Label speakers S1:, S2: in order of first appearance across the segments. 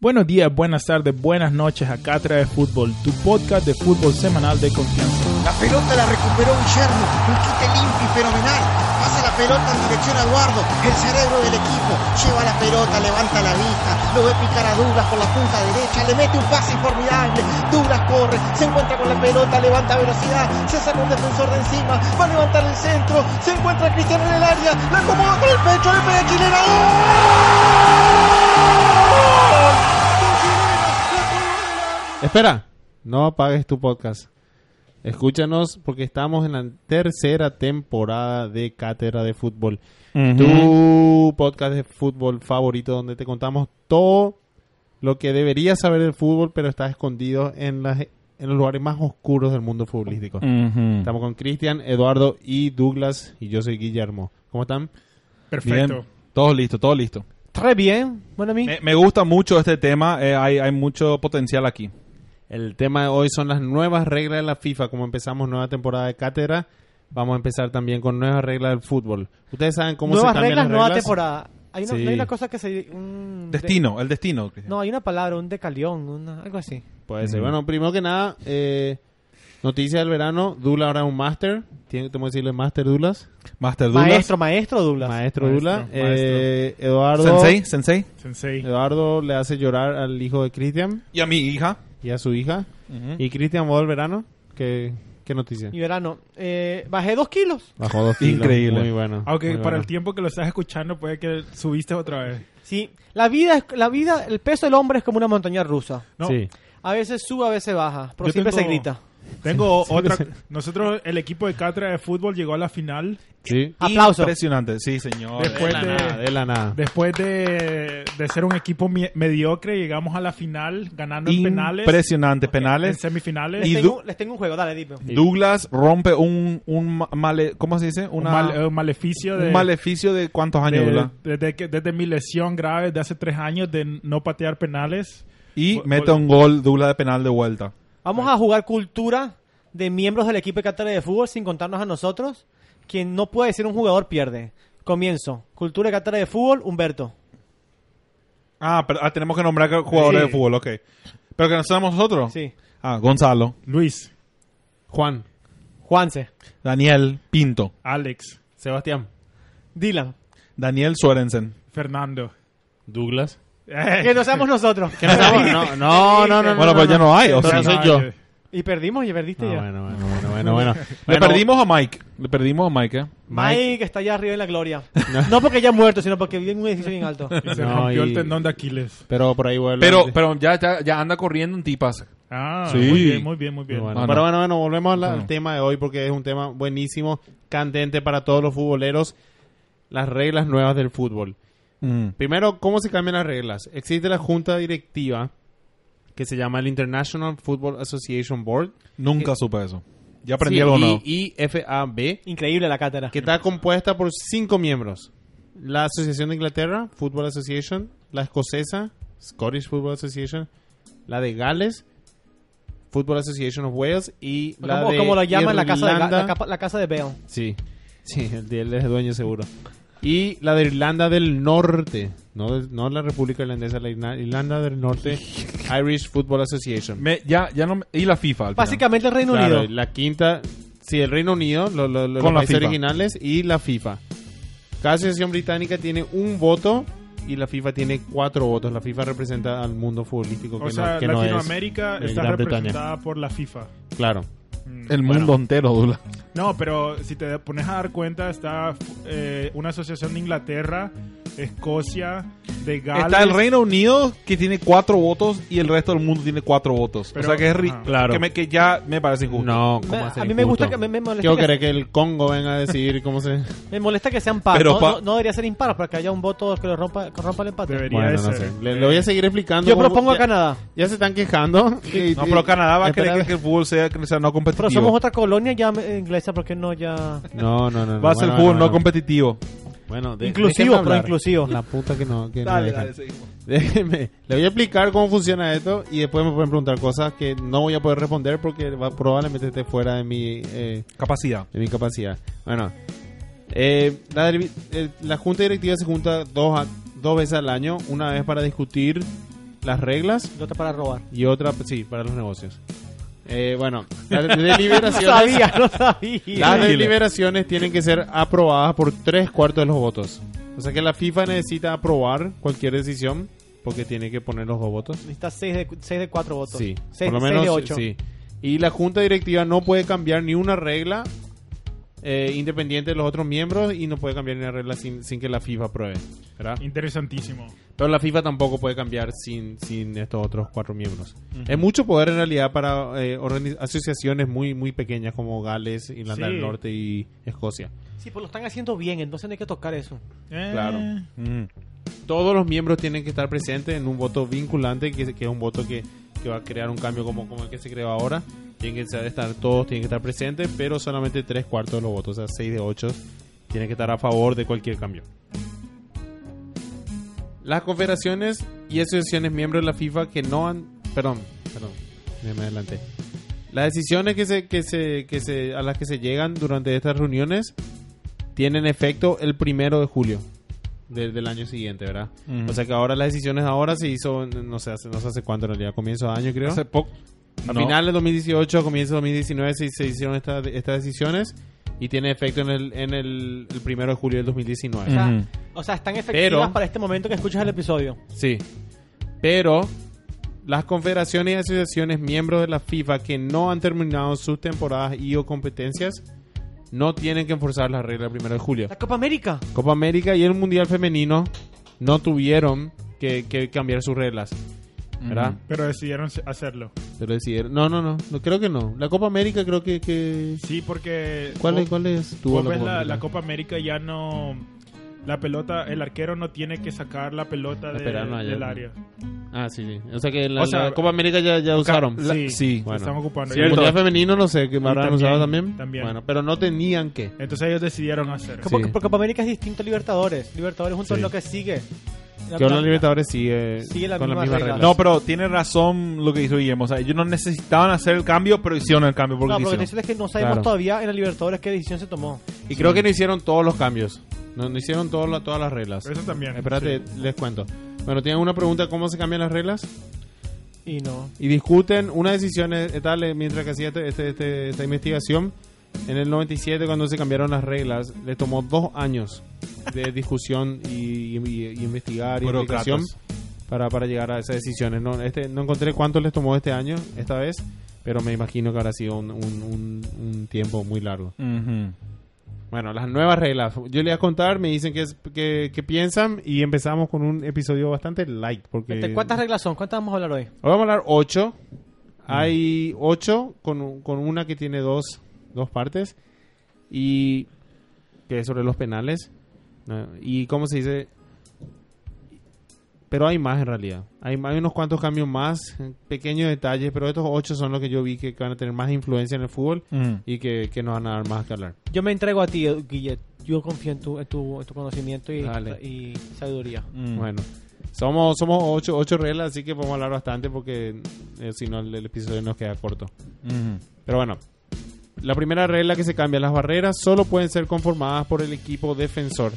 S1: Buenos días, buenas tardes, buenas noches. Acá trae Fútbol, tu podcast de fútbol semanal de confianza.
S2: La pelota la recuperó Guillermo. Un quite limpio y fenomenal. Pasa la pelota en dirección a Eduardo, el cerebro del equipo. Lleva la pelota, levanta la vista. Lo ve picar a Douglas por la punta derecha. Le mete un pase formidable. Douglas corre, se encuentra con la pelota, levanta velocidad. Se saca un defensor de encima. Va a levantar el centro. Se encuentra Cristiano en el área. La acomoda con el pecho. Le pega a Chilena. ¡oh! ¡Gol! De Chilena, la colgó en el área.
S3: Espera, no apagues tu podcast. Escúchanos porque estamos en la tercera temporada de Cátedra de Fútbol. Tu podcast de fútbol favorito donde te contamos todo lo que deberías saber del fútbol, pero está escondido en, las, en los lugares más oscuros del mundo futbolístico. Estamos con Cristian, Eduardo y Douglas y yo soy Guillermo. ¿Cómo están?
S4: Bien, todo listo, todo listo.
S3: Re bien, bueno a mí.
S4: Me, me gusta mucho este tema, eh, hay, hay mucho potencial aquí.
S3: El tema de hoy son las nuevas reglas de la FIFA. Como empezamos nueva temporada de cátedra, vamos a empezar también con nuevas reglas del fútbol. Ustedes saben cómo se
S5: Nuevas
S3: cambian
S5: reglas,
S3: las
S5: nueva
S3: reglas.
S5: temporada. Hay una,
S3: Sí.
S5: no hay una cosa que se... un- de-
S4: Destino, el destino. Cristian.
S5: no, hay una palabra, un decalión, una, algo así.
S3: Puede
S4: Mm.
S3: ser. Bueno, primero que nada, eh, noticias del verano. Dula ahora un máster. Tiene que decirle máster Dulas.
S4: Master Douglas.
S5: Maestro, maestro Douglas.
S3: Maestro
S1: Maestro,
S3: Dula.
S1: maestro.
S3: Eh, Eduardo.
S4: Sensei, sensei.
S1: Sensei.
S3: Eduardo le hace llorar al hijo de Cristian
S4: Y a mi hija.
S3: y a su hija.
S4: Y-
S3: ¿Y Cristian vos del verano? ¿Qué, qué noticia?
S5: Y verano. Eh, bajé dos kilos.
S3: Bajó dos kilos.
S4: Increíble.
S3: Muy bueno.
S1: Aunque
S3: muy
S1: Ah, para
S3: bueno.
S1: el tiempo que lo estás escuchando puede que subiste otra vez.
S5: Sí. La vida, es- la vida, el peso del hombre es como una montaña rusa.
S1: No,
S3: Sí.
S5: A veces sube, a veces baja, pero
S1: Yo
S5: siempre
S1: tengo-
S5: se grita.
S1: Tengo otra. Nosotros, el equipo de Catra de fútbol llegó a la final
S3: Sí.
S5: Aplauso.
S4: Impresionante, sí, señor.
S1: Después
S3: De la
S1: de-
S3: nada, de la nada.
S1: después de, de ser un equipo mi- mediocre. Llegamos a la final ganando en penales,
S4: Eh, Impresionante,
S1: en
S4: penales.
S1: semifinales.
S5: Les,
S4: Y
S5: tengo,
S4: du-
S5: les tengo un juego, dale, dime.
S4: Douglas rompe un, un ma- male, ¿cómo se dice?
S1: un,
S4: Una-
S1: mal- eh, un maleficio de,
S4: un maleficio de cuántos años,
S1: de-
S4: Douglas.
S1: desde que- desde mi lesión grave de hace tres años de no patear penales.
S4: Y
S1: Gol-
S4: mete un gol Douglas de penal de vuelta.
S5: Vamos a jugar cultura de miembros del equipo de cátedra de fútbol sin contarnos a nosotros. Quien no puede decir un jugador pierde. Comienzo. Cultura de cátedra de fútbol, Humberto.
S4: Ah, pero ah, tenemos que nombrar que- jugadores
S1: Sí.
S4: de fútbol, ok. Pero que no somos nosotros.
S5: Sí.
S4: Ah, Gonzalo,
S1: Luis,
S3: Juan.
S5: Juanse.
S4: Daniel Pinto,
S1: Alex,
S3: Sebastián.
S5: Dylan.
S4: Daniel Sorensen.
S1: Fernando.
S3: Douglas.
S1: Eh.
S5: Que no seamos nosotros.
S3: Eh. Que no estamos- no, no, no, no,
S4: Bueno,
S3: no,
S4: pero ya no hay, o
S3: Pero
S4: sea,
S3: no soy
S1: no,
S3: yo.
S1: yo-
S5: Y perdimos, y perdiste
S3: Ah,
S5: ya.
S3: bueno, bueno, bueno, bueno, bueno.
S4: Le
S3: Bueno,
S4: perdimos a Mike. Le perdimos a Mike, ¿eh?
S5: Mike. está allá arriba en la gloria. No, porque haya muerto, sino porque vive en un edificio bien alto.
S1: Y se
S3: No,
S1: rompió
S3: y-
S1: el tendón de Aquiles.
S3: Pero por ahí vuelve.
S6: Pero, pero ya, ya, ya anda corriendo en tipas.
S1: Ah,
S4: Sí.
S1: muy bien, muy bien, muy bien.
S3: Pero bueno,
S4: Ah, no.
S3: pero bueno, bueno, volvemos al- al
S4: No.
S3: tema de hoy porque es un tema buenísimo, candente para todos los futboleros. Las reglas nuevas del fútbol.
S4: Mm.
S3: Primero, ¿cómo se cambian las reglas? Existe la junta directiva que se llama el International Football Association Board.
S4: Nunca supe eso. Ya aprendí
S3: Sí,
S4: algo
S3: I-
S4: nuevo.
S3: IFAB.
S5: Increíble la cátedra.
S3: que está compuesta por cinco miembros. La Asociación de Inglaterra, Football Association, la escocesa, Scottish Football Association, la de Gales, Football Association of Wales y
S5: O
S3: la
S5: como,
S3: de
S5: como lo llaman la casa, de, Ga-
S3: Irlanda.
S5: la, capa- la casa de Bale.
S3: Sí, sí, el de él es dueño seguro. Y la de Irlanda del Norte, no, de- no la República Irlandesa, la Irna- Irlanda del Norte, Irish Football Association.
S4: Me- ya, ya no me- y la FIFA. al final.
S5: Básicamente el Reino
S3: Claro, y
S5: Unido.
S3: la quinta, sí, el Reino Unido, lo- lo- lo-
S4: Con
S3: los
S4: la
S3: países
S4: FIFA.
S3: originales y la FIFA. Cada asociación británica tiene un voto y la FIFA tiene cuatro votos. La FIFA representa al mundo futbolístico que
S1: O
S3: no-
S1: sea,
S3: que no, es.
S1: Latinoamérica
S3: de
S1: está
S3: Gran Bretaña.
S1: representada por la FIFA. Mm,
S3: Claro.
S4: El mundo entero, Dula.
S1: No, pero si te pones a dar cuenta, está eh, una asociación de Inglaterra, Escocia, de Gales.
S4: Está el Reino Unido que tiene cuatro votos y el resto del mundo tiene cuatro votos.
S1: Pero-
S4: o sea que es ri-
S1: ajá.
S3: Claro.
S4: que, me- que ya me parece injusto.
S3: No, ¿cómo
S5: Me-
S3: va ser
S5: a mí me gusta
S3: injusto?
S5: que me- me molesta
S3: Quiero
S5: que-
S3: creer que el Congo venga a decidir cómo se.
S5: Me molesta que sean par.
S4: Pero
S5: no,
S4: pa-
S5: no- no debería ser impar para que haya un voto que lo rompa, que rompa el empate.
S1: Debería
S3: Bueno, no
S1: ser.
S3: sé. Le, le voy a seguir explicando.
S5: Yo
S3: cómo-
S5: propongo a
S3: ya-
S5: Canadá.
S3: Ya se están quejando. Y-
S4: No,
S3: y-
S4: pero Canadá va a
S3: espera-
S4: creer que, que el fútbol sea, que sea no competitivo.
S5: Pero somos otra colonia ya eh, inglesa, porque no ya.
S3: No, no, no. no.
S4: Va a ser
S3: Bueno,
S4: fútbol
S3: bueno,
S4: no
S3: bueno.
S4: competitivo.
S3: Bueno, de-
S5: Inclusivo,
S3: déjenme
S5: pero
S3: hablar.
S5: inclusivo.
S3: La puta que no. Que no
S4: Dale,
S3: dejan.
S4: dale, seguimos.
S3: Déjeme, le voy a explicar cómo funciona esto y después me pueden preguntar cosas que no voy a poder responder porque va, probablemente esté fuera de mi, eh,
S4: Capacidad.
S3: de mi capacidad. Bueno, eh, la, deri- eh, la junta directiva se junta dos, a- dos veces al año, una vez para discutir las reglas
S5: Y otra para robar.
S3: y otra, sí, para los negocios. Eh, bueno, las
S5: No
S3: deliberaciones,
S5: sabía, no sabía.
S3: las deliberaciones tienen que ser aprobadas por tres cuartos de los votos. O sea que la FIFA necesita aprobar cualquier decisión porque tiene que poner los dos votos.
S5: Necesitas 6 de, seis de 4 votos.
S3: Sí,
S5: 6,
S3: por lo menos
S5: de 8.
S3: sí. Y la junta directiva no puede cambiar ni una regla eh, independiente de los otros miembros y no puede cambiar ni una regla sin, sin que la FIFA apruebe, ¿verdad?
S1: Interesantísimo.
S3: Pero la FIFA tampoco puede cambiar sin, sin estos otros cuatro miembros. Es mucho poder en realidad para eh, organi- asociaciones muy muy pequeñas como Gales, Irlanda
S1: Sí.
S3: del Norte y Escocia.
S5: Sí, pues lo están haciendo bien, entonces no hay que tocar eso.
S1: Eh,
S3: Claro.
S4: Mm,
S3: Todos los miembros tienen que estar presentes en un voto vinculante, que, es- que es un voto que, que va a crear un cambio como, como el que se creó ahora. Tienen que ser- estar todos, tienen que estar presentes, pero solamente tres cuartos de los votos, o sea, seis de ocho, tienen que estar a favor de cualquier cambio. Las confederaciones y asociaciones miembros de la FIFA que no han... Perdón, perdón, me me adelanté. Las decisiones que se, que se, que se, a las que se llegan durante estas reuniones tienen efecto el primero de julio del, del año siguiente, ¿verdad?
S4: Ujú.
S3: O sea que ahora las decisiones ahora se hizo, no sé, hace, no sé hace cuánto en realidad, comienzo de año creo.
S4: Hace poco.
S3: a
S4: no.
S3: finales de 2018, comienzo de 2019 se, se hicieron esta- estas decisiones y tiene efecto en el, en el, el primero de julio del 2019.
S5: O sea,
S4: Ujú.
S5: o sea, están efectivas
S3: Pero-
S5: para este momento que escuchas el episodio.
S3: Sí. Pero las confederaciones y asociaciones miembros de la FIFA que no han terminado sus temporadas y o competencias no tienen que enforzar la regla del primero de julio.
S5: La Copa América.
S3: Copa América y el Mundial Femenino no tuvieron que, que cambiar sus reglas,
S4: Mm.
S3: ¿verdad?
S1: Pero decidieron hacerlo.
S3: Pero decidieron- no, no, no, no, creo que no. La Copa América creo que... que-
S1: Sí, porque...
S3: ¿Cuál,
S1: vos-
S3: es, ¿Cuál es?
S1: Oh. vos
S3: Tuvo
S1: ves la,
S3: América.
S1: la Copa América ya no... La pelota, el arquero no tiene que sacar la pelota
S3: La
S1: de-
S3: esperaron allá,
S1: del
S3: ¿no?
S1: área.
S3: Ah, sí, sí. O sea que la,
S1: O sea,
S3: la Copa América ya, ya usaron.
S1: la-
S4: Sí.
S1: Se
S3: Bueno.
S1: están ocupando.
S3: El
S6: Cierto.
S3: Mundial Femenino no sé,
S1: Y
S3: que habrán
S1: también,
S3: usado también.
S1: también.
S3: Bueno, pero no tenían que.
S1: Entonces ellos decidieron hacerlo.
S3: Sí.
S5: Porque, porque Copa América es distinto a Libertadores. Libertadores es un
S3: Sí.
S5: torneo que sigue.
S3: Que ahora los Libertadores sigue,
S5: Sigue la
S3: con la
S5: misma
S3: misma
S5: regla.
S3: regla.
S4: No, pero tiene razón lo que hizo Guillermo. O sea, ellos no necesitaban hacer el cambio, pero hicieron el cambio. Porque
S5: No,
S4: lo
S5: porque lo que
S4: hicieron.
S5: es que no sabemos
S3: Claro.
S5: todavía en la Libertadores qué decisión se tomó.
S3: y creo que no hicieron todos los cambios. No, no hicieron todo lo- todas las reglas.
S1: Eso también.
S3: Espérate, les cuento. Bueno, tienen una pregunta, ¿cómo se cambian las reglas?
S5: Y no.
S3: y discuten una decisión eh, tal eh, mientras que hacía este- este- este- esta investigación en el 97 cuando se cambiaron las reglas le tomó dos años de discusión y, y- y investigar y
S4: Burócratas.
S3: investigación para, para llegar a esas decisiones no este no encontré cuánto les tomó este año esta vez pero me imagino que habrá sido un, un- un- un tiempo muy largo
S4: Ujú.
S3: bueno las nuevas reglas yo les voy a contar me dicen que, es, que, que piensan y empezamos con un episodio bastante light porque
S5: Este, ¿Cuántas reglas son? ¿Cuántas vamos a hablar hoy?
S3: Hoy vamos a hablar 8. Hay 8 con, con una que tiene dos, dos partes. Y que es sobre los penales. ¿no? Y cómo se dice. Pero hay más en realidad. Hay, hay unos cuantos cambios más, pequeños detalles, pero estos 8 son los que yo vi que van a tener más influencia en el fútbol
S4: Ujú.
S3: y que, que nos van a dar más que hablar.
S5: Yo me entrego a ti, Guillet. Yo confío en tu, en tu, en tu conocimiento y,
S3: Dale.
S5: y sabiduría.
S4: Mm.
S3: Bueno, somos, somos 8, 8 reglas, así que podemos hablar bastante porque eh, si no el- el episodio nos queda corto.
S4: Ujú.
S3: Pero bueno, la primera regla que se cambia, las barreras solo pueden ser conformadas por el equipo defensor.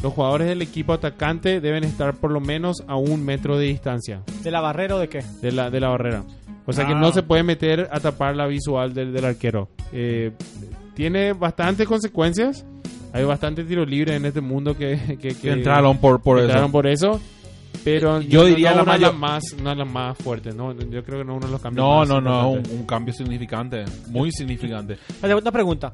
S3: Los jugadores del equipo atacante deben estar por lo menos a un metro de distancia
S5: ¿De la barrera o de qué?
S3: de la, de la barrera. O sea que
S1: Ah.
S3: no se puede meter a tapar la visual del, del arquero. Eh, tiene bastantes consecuencias. Hay bastante tiro libre en este mundo que, que,
S4: Que entraron por, por
S3: por
S4: eso.
S3: por eso. Pero
S4: Yo diría la
S3: una de
S4: mayor-
S3: las más, una de las más fuertes. ¿no? Yo creo que no uno de los cambios
S4: No,
S3: más
S4: no, no. Un,
S3: importantes.
S4: un cambio significante. Muy significante.
S5: La segunda pregunta.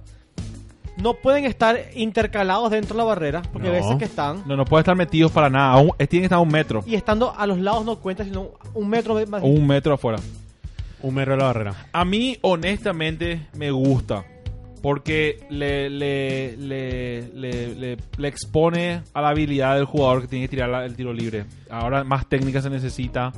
S5: No pueden estar intercalados dentro de la barrera, porque
S4: No.
S5: a veces que están.
S4: No, no puede estar metidos para nada. a un- tienen que estar a un metro.
S5: Y estando a los lados no cuenta, sino un metro más.
S4: O un metro afuera.
S3: Un metro de la barrera.
S4: A mí, honestamente, me gusta. Porque le, le, le, le, le- le expone a la habilidad del jugador que tiene que tirar la- el tiro libre. Ahora más técnica se necesita.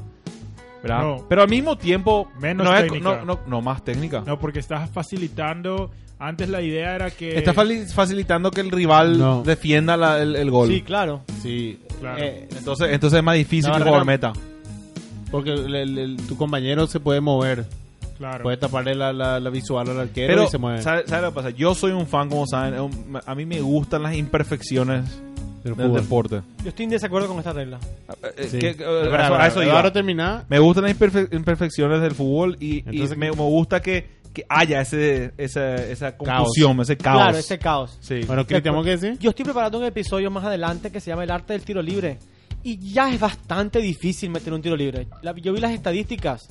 S4: ¿verdad?
S1: No.
S4: Pero al mismo tiempo.
S1: Menos
S4: no es-
S1: técnica.
S4: no, no, no, más técnica.
S1: No, porque estás facilitando. Antes la idea era que.
S4: Está fali- facilitando que el rival
S3: No.
S4: defienda la- el, el gol.
S5: Sí, claro.
S3: Sí,
S1: Claro.
S3: eh,
S4: Entonces, entonces es más difícil
S3: La
S4: que el
S3: barrera-
S4: jugador meta.
S3: porque el- el- el- tu compañero se puede mover,
S1: claro.
S3: puede taparle la, la- la visual al arquero
S4: Pero,
S3: y se mueve.
S4: ¿sabes sabe lo que pasa? Yo soy un fan, como saben. un- a mí me gustan las imperfecciones
S3: Del
S4: del
S3: fútbol.
S4: deporte.
S5: Yo estoy en desacuerdo con esta regla.
S4: Eh,
S3: Sí.
S4: que- que-
S3: Espera,
S4: a eso- a eso
S3: espera,
S4: iba.
S3: Ahora termina.
S4: Me gustan las imperfe- imperfecciones del fútbol y, y
S3: Entonces,
S4: me, me gusta que, que haya ese, esa, esa confusión, ese caos.
S5: Claro, ese caos.
S4: Sí.
S3: Bueno, Cristian, ¿vos qué decís?
S5: Yo estoy preparando un episodio más adelante que se llama El arte del tiro libre. Y ya es bastante difícil meter un tiro libre. La- yo vi las estadísticas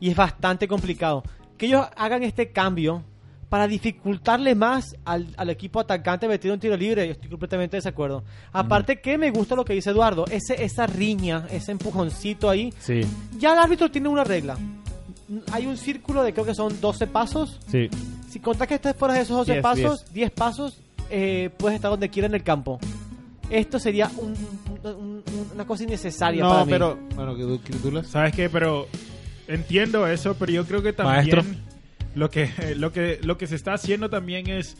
S5: y es bastante complicado. Que ellos hagan este cambio para dificultarle más al, al equipo atacante meter un tiro libre. Yo estoy completamente de desacuerdo. Aparte que me gusta lo que dice Eduardo. Ese, esa riña, ese empujoncito ahí.
S3: Sí,
S5: Ya el árbitro tiene una regla. Hay un círculo de creo que son 12 pasos
S3: sí.
S5: si contás que estás fuera de esos 12
S3: Diez,
S5: pasos, 10 pasos, eh, puedes estar donde quieras en el campo. Esto sería un- un- un- una cosa innecesaria para
S3: No,
S5: mí.
S3: pero. Bueno, que tú, que tú las-
S1: ¿Sabes qué? Pero entiendo eso, pero yo creo que también
S4: Maestro.
S1: lo que lo que lo que se está haciendo también es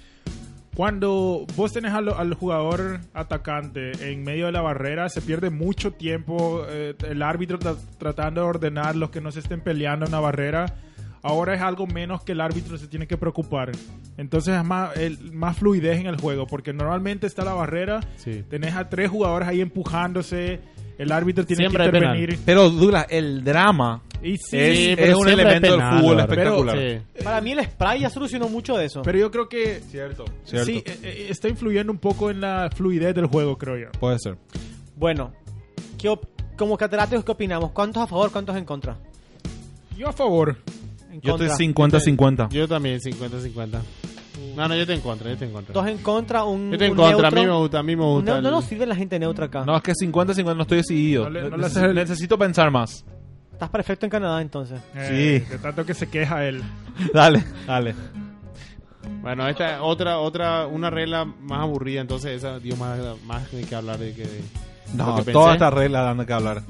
S1: cuando vos tenés al, al jugador atacante en medio de la barrera, se pierde mucho tiempo eh, el árbitro tra- tratando de ordenar los que no se estén peleando en la barrera. Ahora es algo menos que el árbitro se tiene que preocupar. Entonces es más, el- más fluidez en el juego, porque normalmente está la barrera,
S3: Sí.
S1: tenés a tres jugadores ahí empujándose, el árbitro tiene
S3: Siempre hay
S1: que
S3: penal.
S1: intervenir.
S4: Pero Douglas, el drama
S1: Y sí,
S4: es,
S3: Sí,
S4: es
S3: pero
S4: un
S3: siempre
S4: elemento
S3: hay
S4: del
S3: penal,
S4: fútbol
S3: Álvaro.
S4: espectacular.
S3: Sí.
S5: Para mí el spray ya solucionó mucho de eso.
S1: pero yo creo que
S4: Cierto.
S1: sí, eh, eh, está influyendo un poco en la fluidez del juego, creo yo.
S4: Puede ser.
S5: Bueno, ¿qué op- como catedráticos, ¿qué opinamos? ¿Cuántos a favor, cuántos en contra?
S1: Yo a favor.
S5: En
S4: Yo estoy
S5: contra.
S4: 50-50.
S3: Yo también, 50-50. No, no, yo te encuentro, yo te encuentro.
S5: Dos en contra, un
S3: Yo te
S5: un
S3: encuentro, a
S5: neutro.
S3: mí me gusta, a mí me
S5: Un
S3: gusta.
S5: neu- No
S3: el-
S5: nos sirve la gente neutra acá.
S4: No, es que 50-50 no estoy decidido.
S1: No le- no le
S4: Neces-
S1: haces el-
S4: Necesito pensar más.
S5: Estás perfecto en Canadá entonces.
S1: Eh,
S4: Sí.
S1: De tanto que se queja él.
S4: dale, dale.
S3: Bueno, esta es otra, otra, una regla más aburrida, entonces esa dio más, más de que hablar de que... de lo
S4: No,
S3: que
S4: todas
S3: pensé.
S4: estas reglas dan de qué hablar.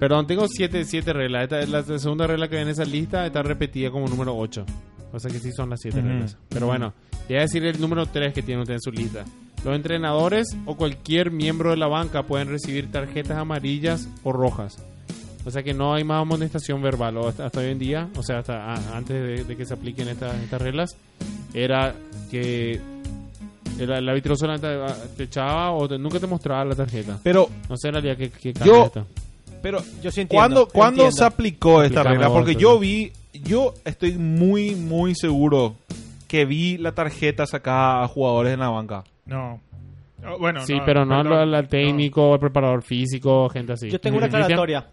S3: Perdón, tengo siete, siete reglas. Esta es la segunda regla que hay en esa lista, está repetida como número 8. O sea que sí son las siete
S4: Ujú.
S3: reglas. Pero bueno, te voy a decir el número 3 que tiene usted en su lista. Los entrenadores o cualquier miembro de la banca pueden recibir tarjetas amarillas o rojas. O sea que no hay más amonestación verbal o hasta, hasta hoy en día, o sea, hasta a- antes de, de que se apliquen estas estas reglas, era que el, el árbitro solamente ah, te echaba o te- nunca te mostraba la tarjeta.
S4: Pero,
S3: No sé en realidad qué, qué cambia
S4: Yo-
S3: esto.
S4: pero
S5: Yo sí entiendo.
S4: ¿Cuándo, ¿cuándo
S5: entiendo.
S4: se aplicó esta
S3: Explícame
S4: regla?
S3: vos,
S4: Porque
S3: tú.
S4: yo vi, yo estoy muy, muy seguro que vi la tarjeta sacada a jugadores en la banca.
S1: No. Oh, bueno,
S3: sí, pero no
S1: perdón.
S3: al, al técnico, al preparador físico, gente así.
S5: Yo tengo una
S3: Ujú. Cristian,
S5: aclaratoria.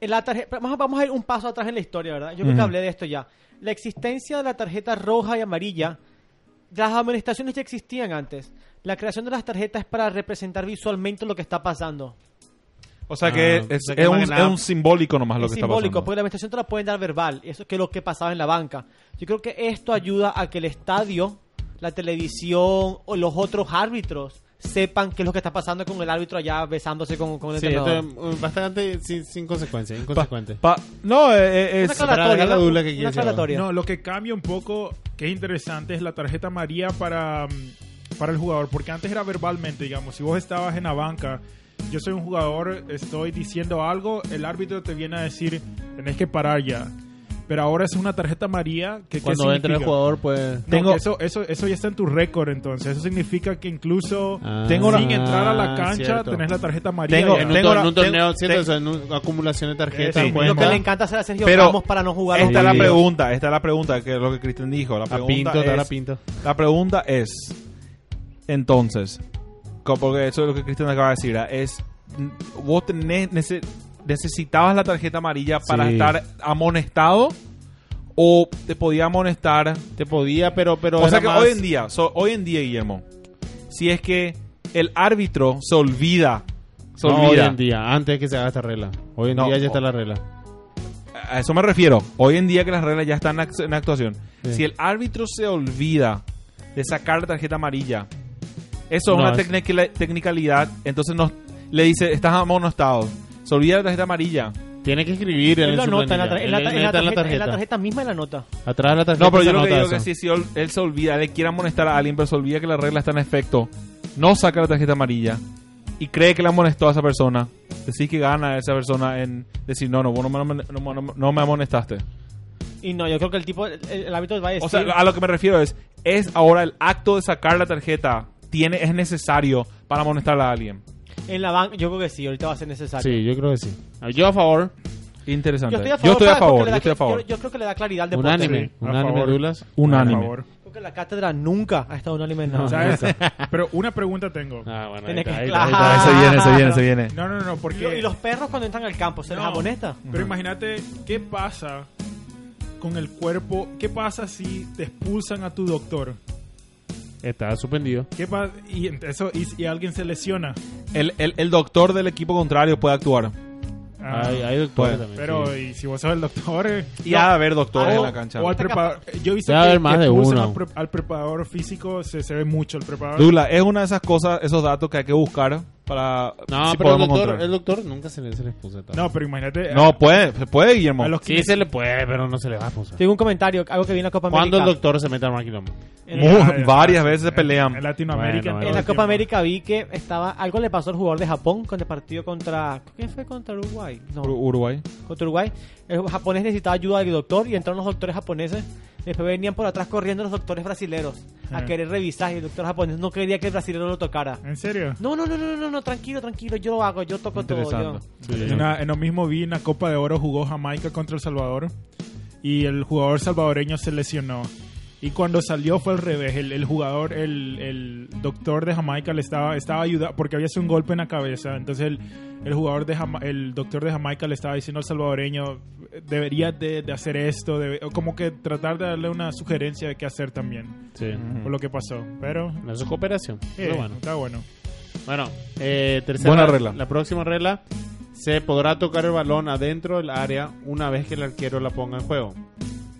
S5: En la tarje- pero vamos, vamos a ir un paso atrás en la historia, ¿verdad? Yo creo que
S4: Ujú.
S5: hablé de esto ya. La existencia de la tarjeta roja y amarilla, las amonestaciones ya existían antes. La creación de las tarjetas es para representar visualmente lo que está pasando.
S4: O sea
S3: Ah, o
S4: que es,
S3: sea que
S4: es
S3: más
S4: un,
S3: que nada-
S4: es un simbólico nomás lo
S5: es
S4: que
S5: simbólico,
S4: está pasando.
S5: porque la amonestación te la pueden dar verbal. Eso es que lo que pasaba en la banca. Yo creo que esto ayuda a que el estadio, la televisión o los otros árbitros sepan qué es lo que está pasando con el árbitro allá besándose con, con el
S3: Sí,
S5: entrenador.
S3: esto es bastante sin, sin consecuencia,
S4: Pa-
S3: inconsecuente.
S4: pa- no, eh, eh,
S5: Una
S4: es...
S5: aclaratoria,
S3: para la
S5: ¿no?
S3: duda que
S5: Una
S3: quieres llevar.
S5: aclaratoria.
S1: No, lo que cambia un poco, que es interesante, es la tarjeta María para, mm, para el jugador. Porque antes era verbalmente, digamos. Si vos estabas en la banca, yo soy un jugador, estoy diciendo algo, el árbitro te viene a decir, tenés que parar ya. Pero ahora es una tarjeta María que ¿qué
S3: Cuando entra el
S1: significa?
S3: jugador, pues...
S1: No,
S4: Tengo-
S1: que eso, eso, eso ya está en tu récord, entonces. Eso significa que incluso
S3: Ah,
S1: tengo sin
S3: ah,
S1: entrar a la cancha
S3: cierto.
S1: tenés la tarjeta amarilla.
S4: Tengo-
S1: ya.
S3: En un,
S4: Tengo
S3: tor-
S4: la-
S3: en un torneo,
S4: ten-
S3: ¿cierto?
S4: ten-
S3: O sea, en una acumulación de tarjetas.
S1: Sí,
S3: pues,
S5: Lo que
S1: ¿verdad?
S5: le encanta hacer a Sergio
S4: Pero-
S5: Ramos para no jugar los
S4: Esta es la
S3: Sí.
S5: partidos.
S4: pregunta, esta es la pregunta que es lo que Cristian dijo. La
S3: a
S4: pregunta,
S3: pinto, dar a
S4: es,
S3: pinto.
S4: la pregunta es, entonces, co- porque eso es lo que Cristian acaba de decir, ¿verdad? es, n- vos tenés, nece- necesitabas la tarjeta amarilla para
S3: Sí.
S4: estar amonestado o te podía amonestar
S3: Te podía, pero... pero
S4: o sea
S3: era
S4: que
S3: más-
S4: hoy en día, so- hoy en día, Guillermo, si es que el árbitro se olvida, se
S3: No, hoy
S4: olvida.
S3: en día, antes que se haga esta regla. Hoy en
S4: No,
S3: día ya
S4: o-
S3: está la regla.
S4: A eso me refiero. Hoy en día que las reglas ya están ac- en actuación.
S3: Sí.
S4: Si el árbitro se olvida de sacar la tarjeta amarilla, eso
S3: No,
S4: es una
S3: es-
S4: tecnicala- tecnicalidad. Entonces nos, le dice, estás amonestado. Se olvida de la tarjeta amarilla.
S3: Tiene que escribir en,
S5: Él lo
S3: su
S5: anota en
S3: planilla.
S5: la, tar- en la
S3: Él-
S5: tar-
S3: él
S5: en la
S3: está en la
S5: tarjeta, en la
S3: tarjeta.
S5: tarjeta misma en la nota.
S3: Atrás de la tarjeta
S4: No, pero yo
S3: se
S4: lo que
S3: anota
S4: digo que
S3: eso.
S4: si, si ol- él se olvida, le quiere amonestar a alguien, pero se olvida que la regla está en efecto, no saca la tarjeta amarilla y cree que le amonestó a esa persona, decís que gana a esa persona en decir, no, no, vos no me, no me- no me- no me amonestaste.
S5: Y no, yo creo que el tipo, el, el árbitro va a decir...
S4: O sea, a lo que me refiero es, es ahora el acto de sacar la tarjeta tiene, es necesario para amonestar a alguien.
S5: En la banca, yo creo que sí, ahorita va a ser necesario.
S3: Sí, yo creo que sí. Yo a favor.
S4: Interesante.
S5: Yo estoy a favor. ¿sabes? Porque le
S4: yo
S5: da-
S4: estoy a favor.
S5: Yo, yo creo que le da claridad al deporte.
S3: Unánime.
S1: Sí, a
S3: Unánime,
S1: favor.
S3: Dulas.
S4: Unánime.
S1: Por favor.
S5: Creo que la cátedra nunca ha estado unánime en nada.
S1: ¿Sabes? Pero una pregunta tengo.
S3: Ah, bueno,
S5: Tiene
S3: ahí está,
S5: que-
S3: ahí está, ahí está.
S5: Claro.
S4: Ah, se viene, se viene, se viene.
S1: No, no, no,
S5: Y lo-
S1: porque...
S5: y los perros cuando entran al campo, ¿se les
S1: No,
S5: amonesta?
S1: Pero imagínate, ¿qué pasa con el cuerpo? ¿Qué pasa si te expulsan a tu doctor?
S3: Está suspendido.
S1: ¿Qué pasa? Y, ent- eso, y, y alguien se lesiona.
S4: El, el- el doctor del equipo contrario puede actuar.
S1: Ah,
S3: hay, hay doctores
S4: Bueno,
S3: también.
S1: pero
S3: sí.
S1: y si vos sos el doctor... eh,
S4: Y ha de haber doctores
S1: o-
S4: en la cancha.
S1: o al preparador. Yo he visto
S3: Debe
S1: que,
S3: haber más
S1: que
S3: de
S1: expulsan
S3: uno.
S1: Al, pre- al preparador físico, se, se ve mucho el preparador.
S4: Dula, es una de esas cosas, esos datos que hay que buscar para
S3: No,
S4: si
S3: pero el
S4: podemos
S3: doctor,
S4: encontrar.
S3: el doctor nunca se le, se le expulsa. tanto.
S1: No, pero imagínate... a-
S4: No, puede, se puede, Guillermo.
S1: a los
S3: Sí, se le puede, pero no se le va a expulsar.
S5: Tengo un comentario, algo que vi en la Copa
S3: Cuando el
S5: América.
S3: doctor se mete al maquilombo.
S5: En
S4: Mu-
S5: la-
S1: Ah, ya.
S4: varias veces se pelean.
S1: En Latinoamérica.
S3: Bueno,
S1: todo
S5: En la
S1: el
S5: Copa
S1: tiempo.
S5: América vi que estaba algo le pasó al jugador de Japón con el partido contra ¿qué fue contra Uruguay? No,
S4: Ur- Uruguay.
S6: Oh,
S5: contra Uruguay. El japonés necesitaba ayuda del doctor y entraron los doctores japoneses. Después venían por atrás corriendo los doctores brasileros a
S1: Ah.
S5: querer revisar y el doctor japonés no quería que el brasilero lo tocara.
S3: Ah.
S1: ¿En serio?
S5: No, no, no, no, no, no, tranquilo, tranquilo, yo lo hago, yo toco todo. Yo.
S4: Interesante.
S1: En, la- en lo mismo vi en la Copa de Oro jugó Jamaica contra El Salvador y el jugador salvadoreño se lesionó. Y cuando salió fue al revés, el, el jugador, el, el doctor de Jamaica le estaba, estaba ayudando, porque había sido un golpe en la cabeza, entonces el, el jugador de Jama- el doctor de Jamaica le estaba diciendo al salvadoreño, deberías de, de hacer esto, debe- o como que tratar de darle una sugerencia de qué hacer también,
S3: Sí.
S1: por lo que pasó. Pero,
S3: No Mm. es su cooperación.
S1: eh,
S3: Pero bueno.
S1: está bueno.
S3: Bueno, eh, tercera,
S4: Buena regla.
S3: La próxima regla. Se podrá tocar el balón adentro del área una vez que el arquero la ponga en juego.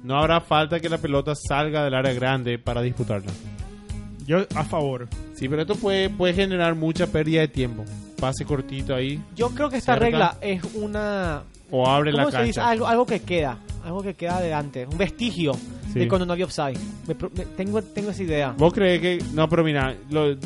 S3: No habrá falta que la pelota salga del área grande para disputarla.
S1: Yo a favor.
S3: Sí, pero esto puede, puede generar mucha pérdida de tiempo. Pase cortito ahí
S5: Yo creo que esta
S3: Cerca.
S5: regla es una
S3: o abre la
S5: ¿Cómo se dice?
S3: cancha.
S5: Algo, algo que queda, algo que queda de antes, un vestigio
S3: Sí.
S5: de cuando no había offside. Me pro- me- tengo, tengo esa idea.
S3: ¿Vos crees que.? No, pero mira, lo-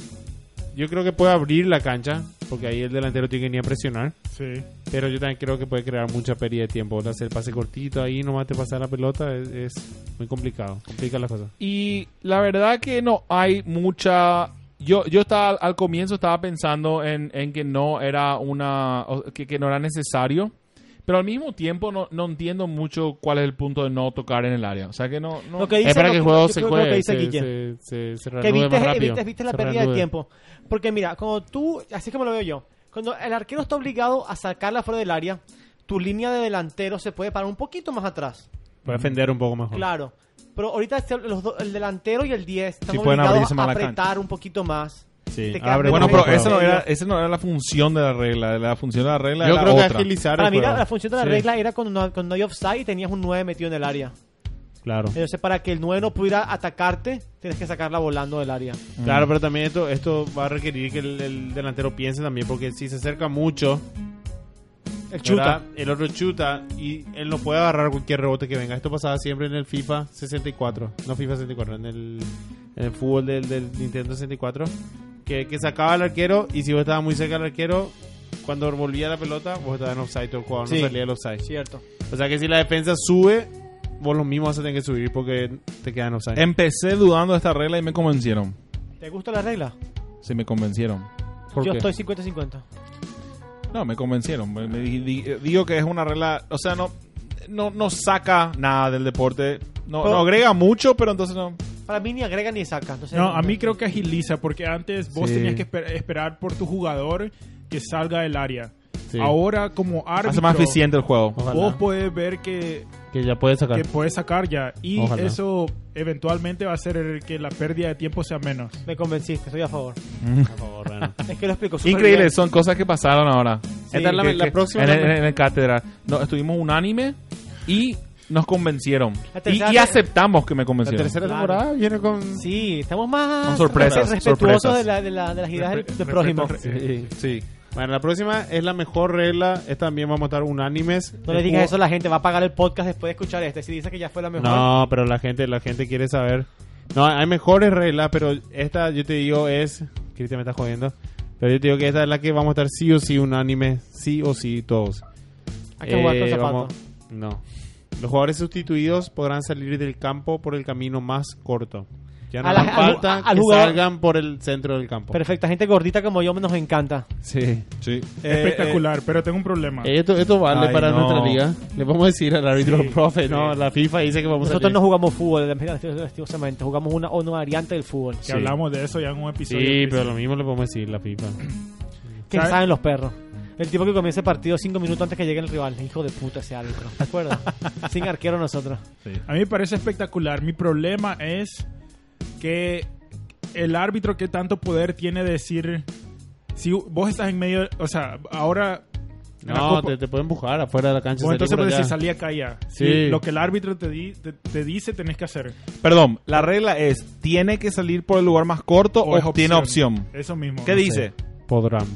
S3: yo creo que puede abrir la cancha porque ahí el delantero tiene que venir a presionar.
S1: Sí.
S3: Pero yo también creo que puede crear mucha pérdida de tiempo. O sea, Hacer pase cortito ahí, nomás te pasar la pelota, es, es muy complicado. Complica las cosas.
S6: Y la verdad que no hay mucha... Yo, yo estaba, al comienzo estaba pensando en, en que no era una... o Que, que no era necesario. Pero al mismo tiempo no, no entiendo mucho cuál es el punto de no tocar en el área. O sea que no... no-
S5: Lo que dice,
S3: es para
S5: lo
S3: que el juego
S5: yo
S3: se
S5: creo que
S3: juegue.
S5: Lo que dice
S3: se,
S5: Guille.
S3: se, se, se
S5: que
S3: reanude
S5: viste, eh,
S3: más rápido.
S5: viste- viste la
S3: se
S5: pérdida de
S3: reanude.
S5: tiempo. Porque mira, cuando tú, así como lo veo yo, cuando el arquero está obligado a sacarla fuera del área, tu línea de delantero se puede parar un poquito más atrás.
S3: Puede defender un poco mejor.
S5: Claro. Pero ahorita este- los do- el delantero y el 10 están
S4: Sí, pueden
S5: obligados
S4: abrirse
S5: a
S4: más la
S5: apretar un poquito más.
S3: Sí. Ah,
S5: Te quedas
S3: Abre
S5: menos
S4: Bueno,
S3: un poco
S4: pero
S5: en
S3: más.
S4: esa no,
S5: medio.
S4: era, esa no era la función de la regla. La función de la regla
S3: Yo
S4: era
S3: creo que
S4: otra.
S3: agilizar
S5: Para
S3: el
S5: mí la,
S3: juego.
S5: la función de la
S3: Sí.
S5: regla era cuando no, cuando no hay offside y tenías un 9 metido en el área.
S3: Claro.
S5: Entonces, para que el 9 no pudiera atacarte, tienes que sacarla volando del área.
S3: Claro, pero también esto, esto va a requerir que el, el delantero piense también, porque si se acerca mucho,
S5: El chuta.
S3: ¿verdad? el otro chuta y él no puede agarrar cualquier rebote que venga. Esto pasaba siempre en el FIFA 64, no FIFA 64, en el, en el fútbol del, del Nintendo 64, que, que sacaba al arquero y si vos estabas muy cerca del arquero, cuando volvía la pelota, vos estabas en offside, el jugador
S5: Sí.
S3: no salía del offside.
S5: Cierto.
S3: O sea que si la defensa sube, vos los mismos vas a tener que subir porque te quedan offside.
S5: Em.
S4: Empecé dudando de esta regla y me convencieron.
S5: ¿Te gusta la regla?
S4: Se me convencieron.
S3: ¿Por
S5: Yo
S3: qué?
S5: estoy 50-50.
S4: No, me convencieron. Me- me di- di- digo que es una regla. O sea, no, no, no saca nada del deporte. No,
S3: Oh.
S5: Pero-
S4: no agrega mucho, pero entonces no.
S5: Para mí ni agrega ni saca. entonces-
S1: No, a mí creo que agiliza, porque antes vos
S4: Sí.
S1: tenías que esper- esperar por tu jugador que salga del área.
S3: Sí.
S1: Ahora, como árbitro,
S4: Hace más eficiente el juego.
S3: Ojalá.
S1: vos podés ver que,
S3: que ya puedes sacar.
S1: que puedes sacar ya. Y
S3: Ojalá.
S1: eso eventualmente va a hacer que la pérdida de tiempo sea menos.
S5: Me convenciste, estoy a favor.
S3: Por favor, bueno.
S5: Es que lo explico. súper
S6: Increíble,
S5: bien.
S6: son cosas que pasaron ahora.
S3: Esta es la-
S6: Que-
S3: la
S6: que-
S3: próxima-
S6: En el, en el cátedra. No, estuvimos unánime y nos convencieron.
S5: La
S6: Y,
S5: tercera-
S6: y aceptamos que me
S3: La
S6: convencieron.
S3: tercera
S5: Claro.
S3: temporada viene con...
S5: Sí, estamos más
S6: Son sorpresas,
S5: respe- respetuosos
S6: sorpresas.
S5: De, la- de la- de las ideas del,
S1: Respe-
S5: del prójimo.
S1: respeto-
S3: Sí.
S6: Sí.
S3: Bueno, la próxima es la mejor regla. Esta también vamos a estar unánimes.
S5: No le digas eso a la gente, va a pagar el podcast después de escuchar este. Si dice que ya fue la mejor.
S3: No, pero la gente, la gente quiere saber. No, hay mejores reglas, pero esta yo te digo es... Cristian me está jodiendo. Pero yo te digo que esta es la que vamos a estar sí o sí unánimes. Sí o sí todos.
S5: Hay que jugar con
S3: Eh,
S5: zapatos.
S3: vamos- No. Los jugadores sustituidos podrán salir del campo por el camino más corto. Ya
S5: A
S3: no
S5: la-
S3: nos
S5: al-
S3: falta
S5: al
S3: que
S5: jugador-
S3: salgan por el centro del campo.
S5: Perfecta, gente gordita como yo nos encanta.
S3: Sí.
S4: Sí.
S3: Eh,
S1: Espectacular, pero tengo un problema.
S3: eh, esto, esto vale
S4: Ay,
S3: para
S4: no.
S3: nuestra liga. Le vamos a decir al árbitro,
S1: Sí,
S3: profe,
S1: sí.
S3: no, la FIFA dice que vamos
S5: Nosotros
S3: a...
S5: no jugamos fútbol, lastimosamente, jugamos una, una variante del fútbol.
S1: que hablamos de eso ya en un episodio.
S3: Sí,
S1: especial.
S3: pero lo mismo le podemos decir la FIFA.
S5: ¿Qué
S1: ¿Sabe?
S5: saben los perros? El tipo que comienza el partido cinco minutos antes que llegue el rival. Hijo de puta ese árbitro. ¿Te acuerdas? Sin arquero nosotros.
S1: A mí me parece espectacular. Mi problema es que el árbitro que tanto poder tiene decir si vos estás en medio, o sea, ahora en la
S3: No,
S1: Copa-
S3: te, te pueden empujar afuera de la cancha.
S1: vos
S3: salí
S1: entonces
S3: por
S1: puedes
S3: allá.
S1: decir salí acá ya.
S3: Sí.
S1: Si Lo que el árbitro te, di- te, te dice tenés que hacer.
S4: Perdón, la regla es, ¿tiene que salir por el lugar más corto o,
S1: es
S4: tiene opción?
S1: Eso mismo.
S4: ¿Qué
S1: No sé.
S4: dice?
S3: Podrán.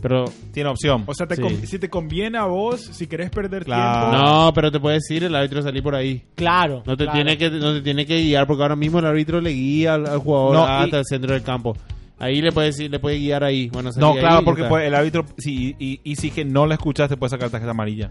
S3: Pero...
S4: Tiene opción.
S1: O sea, te
S3: Sí.
S1: con- si te conviene a vos, si querés perder
S4: Claro.
S1: tiempo.
S3: No, pero te puede decir el árbitro salí por ahí.
S5: Claro.
S3: No te,
S5: claro.
S3: tiene que, no te tiene que guiar porque ahora mismo el árbitro le guía al, al jugador
S4: No,
S3: hasta
S4: y-
S3: el centro del campo. Ahí le puede decir, le puede guiar ahí. Bueno, salí
S4: no,
S3: ahí
S4: claro,
S3: y
S4: porque
S3: está.
S4: pues, el árbitro, sí, y, y- y si es que no la escuchaste, puede sacar tarjeta amarilla.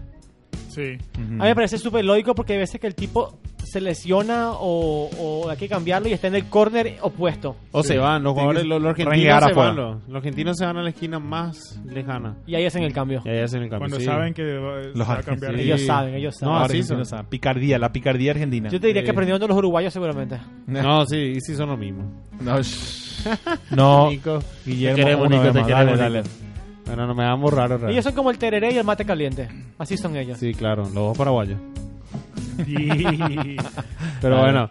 S1: Sí.
S5: A mí me parece súper lógico porque hay veces que el tipo se lesiona o, o hay que cambiarlo y está en el córner opuesto.
S3: O se van, los
S4: Tiene que
S3: jugadores, los, los argentinos
S4: renguear
S3: se
S4: afuera.
S3: van. Los, los argentinos se van a la esquina más lejana.
S5: Y ahí hacen el cambio.
S3: Y ahí hacen el cambio.
S1: Cuando
S3: sí.
S1: saben que va, se
S4: Los
S1: va a cambiar.
S4: sí.
S5: Ellos saben, ellos
S3: No,
S5: saben.
S3: así
S4: Argentina,
S3: son.
S4: o sea, Picardía, la picardía argentina.
S5: Yo te diría
S3: Sí.
S5: que aprendieron de los uruguayos seguramente.
S3: No, sí, y sí son lo mismo.
S4: No, shh. no
S3: Nico,
S4: Guillermo,
S3: te queremos,
S4: uno
S3: Nico,
S4: de
S3: te
S4: más.
S3: queremos.
S4: Dale,
S3: Nico. Bueno, no me damos raro, raro.
S5: Ellos son como el tereré y el mate caliente. Así son ellos.
S3: Sí, claro, los dos paraguayos.
S1: Y-
S3: Pero
S4: Claro.
S3: bueno,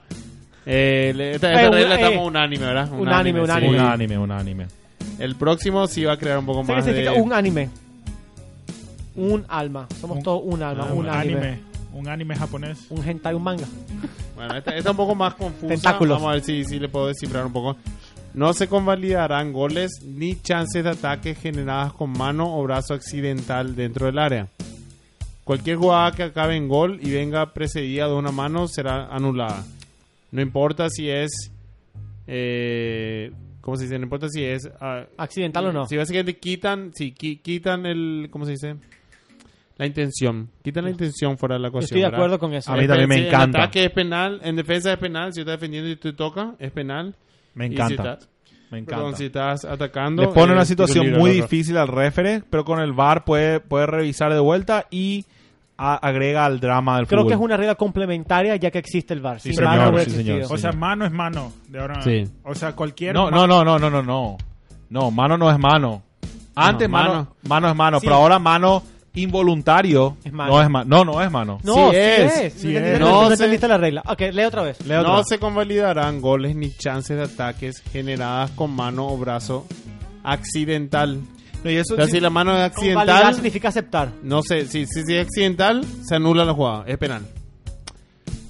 S3: eh, le- esta, esta
S5: Eh, un-
S3: regla
S5: eh,
S3: estamos unánime, ¿verdad?
S5: unánime,
S3: sí.
S5: unánime.
S4: un anime, un anime.
S3: El próximo sí va a crear un poco
S5: O sea, que
S3: más de...
S5: significa un anime. Un alma. Somos todos un alma,
S3: Ah,
S5: un
S1: un
S5: anime.
S1: anime. Un anime japonés.
S5: Un hentai, un manga.
S3: Bueno, esta, esta un poco más confusa.
S5: Tentáculos.
S3: Vamos a ver si, si le puedo descifrar un poco. No se convalidarán goles ni chances de ataque generadas con mano o brazo accidental dentro del área. Cualquier jugada que acabe en gol y venga precedida de una mano será anulada. No importa si es... Eh, ¿Cómo se dice? No importa si es... ah,
S5: Accidental o no.
S3: Si básicamente quitan, si quitan el... ¿Cómo se dice? La intención. Quitan la intención fuera de la
S5: Yo
S3: ecuación.
S5: estoy de
S3: ¿verdad?
S5: acuerdo con eso.
S4: A mí también me
S3: Si en
S4: encanta.
S3: ataque es penal, en defensa es penal. Si estás defendiendo y te toca, es penal.
S4: Me
S3: Y si
S4: encanta.
S3: estás-
S4: Me
S3: Perdón,
S4: encanta.
S3: si estás atacando.
S4: Le pone
S3: eh, tiro
S4: una situación
S3: libre
S4: muy
S3: al otro.
S4: difícil al refere, pero con el VAR puede, puede revisar de vuelta y a- agrega al drama del
S5: Creo
S4: fútbol.
S5: que es una regla complementaria ya que existe el VAR. Sin
S4: señor,
S5: VAR no hubiera
S4: sí, señor,
S5: existido.
S1: O sea, mano es mano. De ahora
S3: Sí.
S1: O sea, cualquier.
S4: No,
S1: ma-
S4: no, no, no, no, no, no. No, mano no es mano. Antes
S3: No,
S4: mano, mano,
S3: mano.
S4: es mano,
S5: Sí.
S4: pero ahora mano involuntario
S5: Es mano.
S4: no es mano. No, no es mano.
S5: No,
S3: Sí
S5: sí
S3: es,
S5: es.
S3: sí
S5: No
S3: es.
S5: entendiste-
S3: No
S5: No
S3: sé.
S5: entendiste la regla. Ok, lee otra vez.
S4: Leo
S3: No
S4: otra.
S3: se convalidarán goles ni chances de ataques generadas con mano o brazo accidental.
S4: No, y eso
S3: O sea,
S4: sí-
S3: si la mano es
S5: Validar
S3: accidental,
S5: significa aceptar.
S3: no sé, si, si, si es accidental, se anula la jugada, es penal.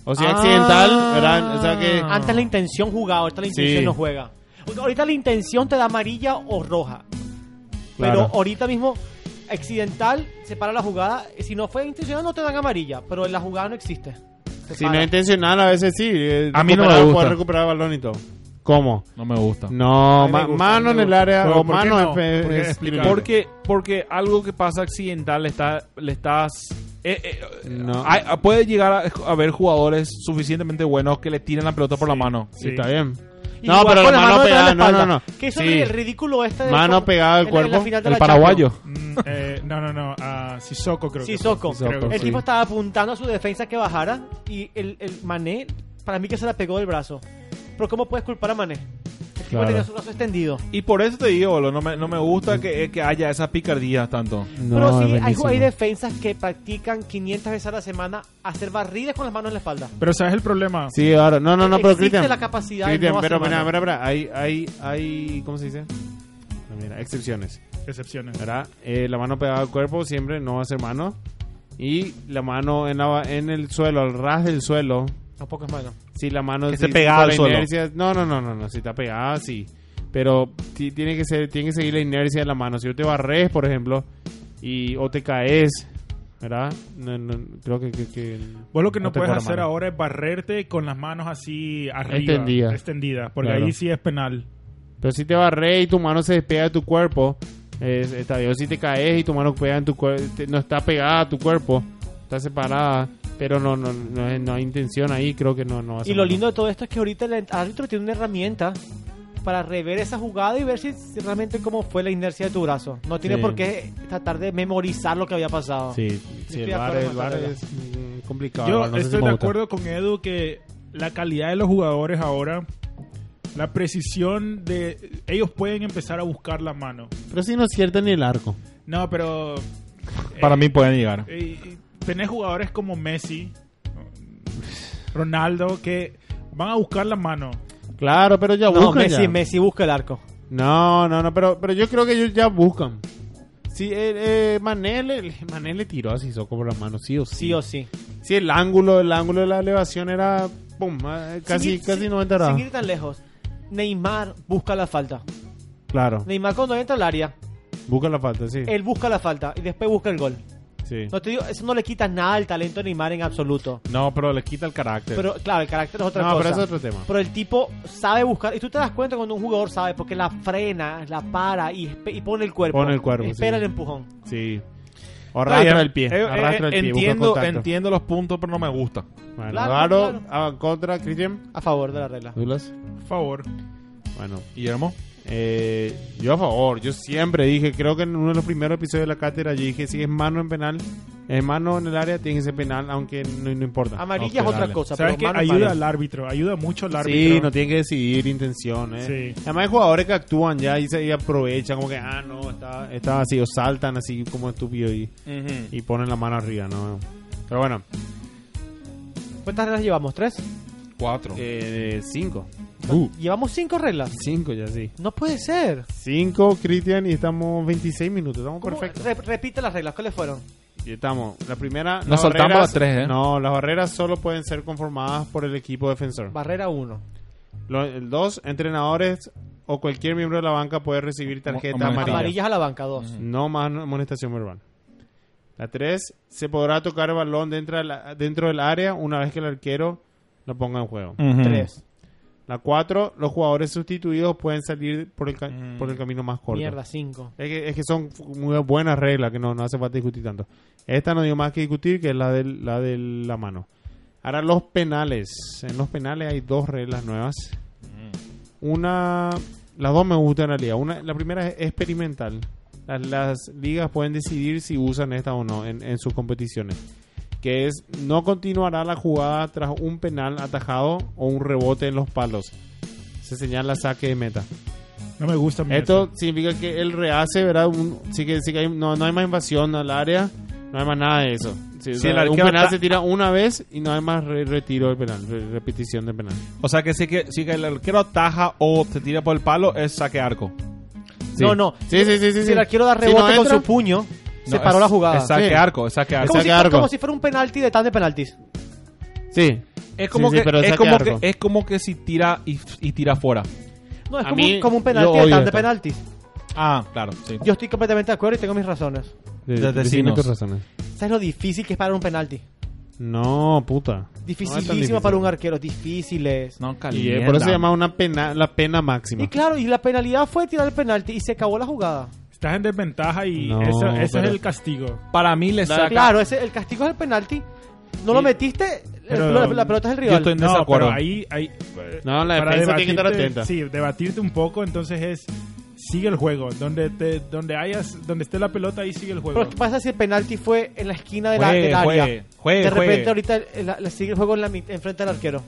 S3: O si es
S4: Ah.
S3: accidental, ¿verdad? O sea que...
S5: Ah. Antes la intención jugaba, ahorita la intención
S3: Sí.
S5: no juega. O- Ahorita la intención te da amarilla o roja.
S3: Claro.
S5: Pero ahorita mismo, accidental, se para la jugada. Si no fue intencional, no te dan amarilla. Pero la jugada no existe. Se
S3: Si
S5: para.
S3: no es intencional, a veces sí. eh,
S4: A mí no me
S3: recuperar-
S4: gusta.
S3: poder recuperar el balón y todo. ¿Cómo?
S4: no me gusta.
S3: No,
S5: A mí me
S3: ma-
S5: gusta,
S3: mano
S5: a mí
S3: en
S5: me
S3: el
S5: gusta.
S3: área
S1: Pero, ¿por
S3: o
S1: qué no?
S3: mano es pe-
S1: ¿Por qué
S3: es
S1: explicar?
S3: libre.
S4: Porque, porque algo que pasa accidental le, está, le estás... eh, eh,
S3: No.
S4: hay- puede llegar a, a haber jugadores suficientemente buenos que le tiran la pelota por la mano.
S1: Sí.
S3: Sí, está bien.
S5: Y
S3: No,
S5: jugar
S3: pero
S5: con
S3: la
S5: la
S3: mano
S5: mano detrás de la
S3: pegada, no, no,
S5: espalda.
S3: no.
S5: Que eso
S3: Sí.
S5: es el ridículo este. de-
S3: Mano pegada al
S5: en la- en la
S3: cuerpo.
S5: final de
S4: El
S5: la
S4: paraguayo.
S1: Mm, eh, no, no, no. A Sissoko creo que.
S5: Sissoko.
S1: fue. Creo que
S5: El
S1: fue.
S5: tipo estaba apuntando a su defensa que bajara y el, el Mané, para mí que se la pegó del brazo. Pero ¿cómo puedes culpar a Mané? El tipo
S3: Claro.
S5: tenía su brazo extendido.
S4: Y por eso te digo, boludo, no me, no me gusta
S6: eh,
S4: que, que haya esa picardía tanto.
S5: Pero sí, hay, hay defensas que practican 500 veces a la semana hacer barridas con las manos en la espalda.
S1: Pero ¿sabes el problema?
S3: Sí, ahora. No, no, no, pero
S5: Existe
S3: Cristian.
S5: la capacidad de
S3: Cristian,
S5: no hacer
S3: pero mira,
S5: mano.
S3: mira, mira. Hay, hay, hay. ¿Cómo se dice? No, Mira, excepciones.
S1: Excepciones.
S3: ¿Verdad? Eh, la mano pegada al cuerpo siempre no va a ser mano. Y la mano en, la- en el suelo, al ras del suelo,
S5: Tampoco es mano.
S3: Si la mano
S4: Que
S3: si-
S4: esté pegada
S3: por
S4: al
S3: la
S4: suelo.
S3: inercia- no, no, no, no, no, si está pegada, sí. Pero ti- tiene que ser, tiene que seguir la inercia de la mano. Si yo te barres, por ejemplo, y o te caes, ¿verdad? No, no, creo que, que- que-
S1: Vos lo que no,
S3: no te
S1: puedes
S3: corra
S1: hacer
S3: mano.
S1: ahora es barrerte con las manos así arriba.
S3: Extendida.
S1: Extendidas. Porque
S3: Claro.
S1: ahí sí es penal.
S3: Pero si te barres y tu mano se despega de tu cuerpo, es- está bien. O si te caes y tu mano pega en tu cuer- te- no está pegada a tu cuerpo, está separada, te Pero no, no, no, es- no hay intención ahí, creo que no, no va a
S5: Y
S3: ser
S5: lo
S3: bueno.
S5: lindo de todo esto es que ahorita el árbitro tiene una herramienta para rever esa jugada y ver si si realmente cómo fue la inercia de tu brazo. No tiene
S3: Sí.
S5: por qué tratar de memorizar lo que había pasado.
S3: Sí, sí,
S5: Estoy
S3: el
S5: de
S3: bar,
S5: acuerdo
S3: el
S5: con
S3: bar
S5: Mateo.
S3: es mm, complicado.
S1: Yo
S3: no sé si
S1: estoy
S3: me
S1: de
S3: gusta.
S1: acuerdo con Edu que la calidad de los jugadores ahora, la precisión de ellos pueden empezar a buscar la mano.
S3: Pero si no acierta ni el arco.
S1: No, pero
S4: Para mí pueden llegar.
S1: eh, eh, tenés jugadores como Messi, Ronaldo que van a buscar la mano.
S3: Claro, pero ya
S5: No,
S3: buscan.
S5: Messi,
S3: ya.
S5: Messi busca el arco.
S3: No, no, no, pero, pero yo creo que ellos ya buscan. Sí, eh, eh, Mané, le, Mané le tiró a Sissoko por la mano, sí o sí.
S5: Sí o sí.
S3: Sí, el ángulo, el ángulo de la elevación era pum, eh, casi,
S5: Sin ir-
S3: casi
S5: sin-
S3: 90 grados.
S5: Sin ir tan lejos. Neymar busca la falta.
S3: Claro,
S5: Neymar cuando entra al área,
S3: busca la falta, sí.
S5: él busca la falta y después busca el gol.
S3: sí.
S5: Eh, No te digo, eso no le quita nada al talento de Neymar en absoluto.
S6: No, pero le quita el carácter.
S5: Pero claro, el carácter es otra
S3: No,
S5: cosa.
S3: pero es otro tema.
S5: Pero el tipo sabe buscar. Y tú te das cuenta cuando un jugador sabe, porque la frena, la para y, espe- y pone el cuerpo.
S3: Pone el cuerpo,
S5: Espera
S3: sí.
S5: el empujón.
S3: Sí. O
S6: Está bien.
S3: Arrastra el pie,
S6: Eh, eh,
S3: arrastra el pie, busca
S6: entiendo,
S3: contacto.
S6: entiendo los puntos, pero no me gusta.
S3: Bueno,
S5: Claro,
S3: Álvaro, ah, contra Cristian.
S5: A favor de la regla.
S3: Dulas.
S1: Por favor.
S3: Bueno,
S6: Guillermo.
S3: Eh, yo a favor, yo siempre dije, creo que en uno de los primeros episodios de la cátedra, yo dije, si es mano en penal, es mano en el área, tiene que ser penal, aunque no, no importa.
S5: Amarilla es
S3: Ok,
S5: otra
S3: dale.
S5: cosa,
S1: Sabes
S5: pero
S1: que
S5: mano es
S1: ayuda
S5: mano.
S1: al árbitro, ayuda mucho al árbitro.
S3: Sí, no tiene que decidir intención. eh.
S1: Sí.
S3: Además hay jugadores que actúan ya y se y aprovechan como que, ah, no, estaba, estaba así, o saltan así como estúpido y, y ponen la mano arriba, ¿no? Pero bueno,
S5: ¿Cuántas reglas llevamos? ¿Tres?
S6: Cuatro.
S3: eh, cinco. Uh.
S5: Llevamos cinco reglas.
S3: Cinco ya, sí.
S5: No puede ser.
S3: Cinco, Cristian, y estamos 26 minutos, estamos
S5: ¿Cómo?
S3: perfectos.
S5: Re- repite las reglas, ¿cuáles fueron?
S3: Y estamos. La primera.
S6: Nos saltamos
S3: barreras-
S6: a tres, ¿eh?
S3: No, las barreras solo pueden ser conformadas por el equipo defensor.
S5: Barrera 1.
S3: Lo- el dos, entrenadores o cualquier miembro de la banca puede recibir tarjeta
S6: Mo-
S3: amarilla.
S6: amarilla.
S5: Amarillas a la banca 2.
S3: No más no- amonestación verbal. La tres, se podrá tocar el balón dentro, de la- dentro del área una vez que el arquero lo ponga en juego.
S5: Tres.
S3: La cuatro, los jugadores sustituidos pueden salir por el, ca-
S6: Mm.
S3: por el camino más corto.
S5: Mierda, 5.
S3: Es que, es que son muy buenas reglas que no, no hace falta discutir tanto. Esta no dio más que discutir, que es la de la, de la mano. Ahora los penales. En los penales hay dos reglas nuevas. Una... Las dos me gustan en realidad. Una, la primera es experimental. Las, las ligas pueden decidir si usan esta o no en, en sus competiciones. Que es, no continuará la jugada tras un penal atajado o un rebote en los palos. Se señala saque de meta.
S1: No me gusta a mí
S3: Esto
S1: eso.
S3: significa que él rehace, ¿verdad? Un- sí que, sí que hay- no, no hay más invasión al área, no hay más nada de eso. Sí, o
S6: Si
S3: sea,
S6: el
S3: un
S6: arqueo
S3: penal
S6: ta-
S3: se tira una vez y no hay más re- retiro del penal, re- repetición del penal.
S6: O sea que si, que si que el arquero ataja o te tira por el palo, es saque arco.
S3: Sí.
S5: No, no.
S3: Sí, sí, sí, sí,
S5: Si
S3: sí.
S5: el arquero da
S3: Si no
S5: rebote con
S3: entra-
S5: su puño, se
S6: No,
S5: paró
S6: es-
S5: la jugada.
S6: Es saque
S3: Sí.
S6: arco, es saque arco.
S5: Como, si,
S3: saque arco.
S5: como si fuera un penalti de tan de penaltis.
S3: Sí.
S6: Es como,
S3: Sí, sí,
S6: que,
S3: pero
S6: es,
S3: saque
S6: como que,
S3: arco.
S6: es como que si tira y, y tira fuera.
S5: No, es
S3: A
S5: como,
S3: mí,
S5: como un
S3: yo
S5: penalti de
S3: odio
S5: tan de
S3: esto.
S5: penaltis.
S6: Ah, claro, sí.
S5: Yo estoy completamente de acuerdo y tengo mis razones.
S3: De-
S6: Desde
S3: decime
S6: Sinos.
S3: tus razones.
S5: ¿Sabes lo difícil que es parar un penalti?
S3: No, puta.
S5: Dificilísimo
S3: No es tan
S5: para un arquero, difíciles.
S6: No,
S4: Ah,
S3: Y eh,
S6: calienta.
S3: por eso se llama una pena, la pena
S5: Y
S3: máxima.
S5: claro, y la penalidad fue tirar el penalti y se acabó la jugada.
S1: Estás en desventaja y
S3: No,
S1: esa- ese
S3: pero-
S1: es el castigo.
S6: Para mí le saca.
S5: Claro, ese, el castigo es el penalti. No lo metiste, el-
S1: Pero-
S5: la, la pelota es el
S6: Yo
S5: rival.
S6: estoy en
S1: No,
S6: desacuerdo.
S1: pero ahí, ahí
S3: No, la
S1: para
S3: defensa tiene que estar
S1: debatirte-
S3: atenta.
S1: Sí, debatirte un poco, entonces es sigue el juego, donde te, donde hayas, donde esté la pelota ahí sigue el
S5: Pero
S1: juego.
S5: ¿qué pasa si el penalti fue en la esquina de la,
S6: Juegue,
S5: del área?
S6: juegue, juegue,
S5: de repente
S6: juegue.
S5: ahorita el- la- la sigue el juego en la mit- enfrente del arquero.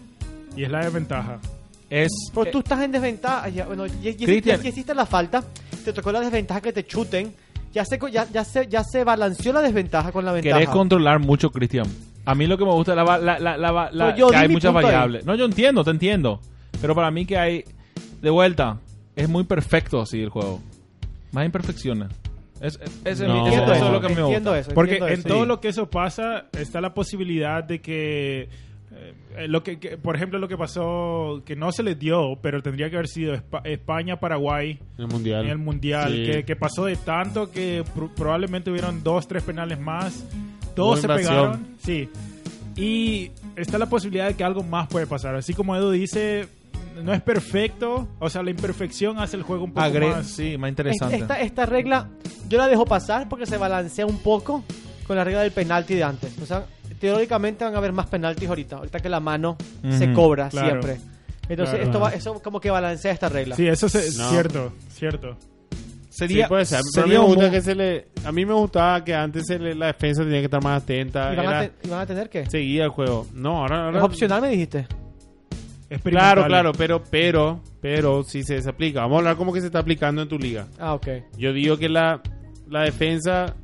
S1: Y es la desventaja.
S6: Es,
S5: Pero Pues tú estás en desventaja. ya, bueno, ya, ya-
S6: Cristian.
S5: ya hiciste la falta, te tocó la desventaja que te chuten. Ya se, co- ya, ya se, ya se balanceó la desventaja con la ventaja.
S6: Querés controlar mucho, Cristian. A mí lo que me gusta es la, va- la, la, la, va- la-
S5: Pues yo
S6: que
S5: di
S6: hay
S5: mi
S6: muchas
S5: punto ahí.
S6: variables. No, yo entiendo, te entiendo. Pero para mí que hay... De vuelta, es muy perfecto así el juego. Más imperfecciones. Es, es, es-
S3: No.
S6: eso,
S5: Entiendo
S6: eso es
S5: eso,
S6: lo que me gusta.
S5: entiendo eso,
S1: Porque
S5: entiendo
S1: en
S5: eso.
S1: todo
S5: Sí.
S1: lo que eso pasa está la posibilidad de que eh, lo que, que- por ejemplo lo que pasó que no se les dio, pero tendría que haber sido España Paraguay
S3: En el mundial.
S1: en el mundial
S3: Sí.
S1: que, que pasó de tanto que pr- probablemente hubieron dos tres penales más todos
S3: Hubo
S1: se
S3: invasión.
S1: pegaron sí y está la posibilidad de que algo más puede pasar así como Edu dice no es perfecto o sea la imperfección hace el juego un poco
S6: Agre-
S1: más
S6: sí, más
S5: Es-
S6: interesante.
S5: Esta, esta regla yo la dejo pasar porque se balancea un poco con la regla del penalti de antes. O sea, te- teóricamente van a haber más penaltis ahorita. Ahorita que la mano se cobra
S1: claro.
S5: siempre. Entonces,
S1: Claro.
S5: esto va, eso como que balancea esta regla.
S1: Sí, eso es
S3: No.
S1: cierto, cierto.
S4: Sería,
S3: Sí, puede ser, pero a mí
S4: sería
S3: me
S4: un
S3: gusta
S4: mo-
S3: que se le- a mí me gustaba que antes se le- la defensa tenía que estar más atenta.
S5: ¿Y van, a
S3: era-
S5: te- y van a tener que?
S3: seguía el juego. No, ahora, ahora-
S5: Es opcional, me dijiste.
S1: Experimental.
S3: Claro, claro, pero, pero, pero si se desaplica. Vamos a hablar como que se está aplicando en tu liga.
S5: Ah, ok.
S3: Yo digo que la, la defensa.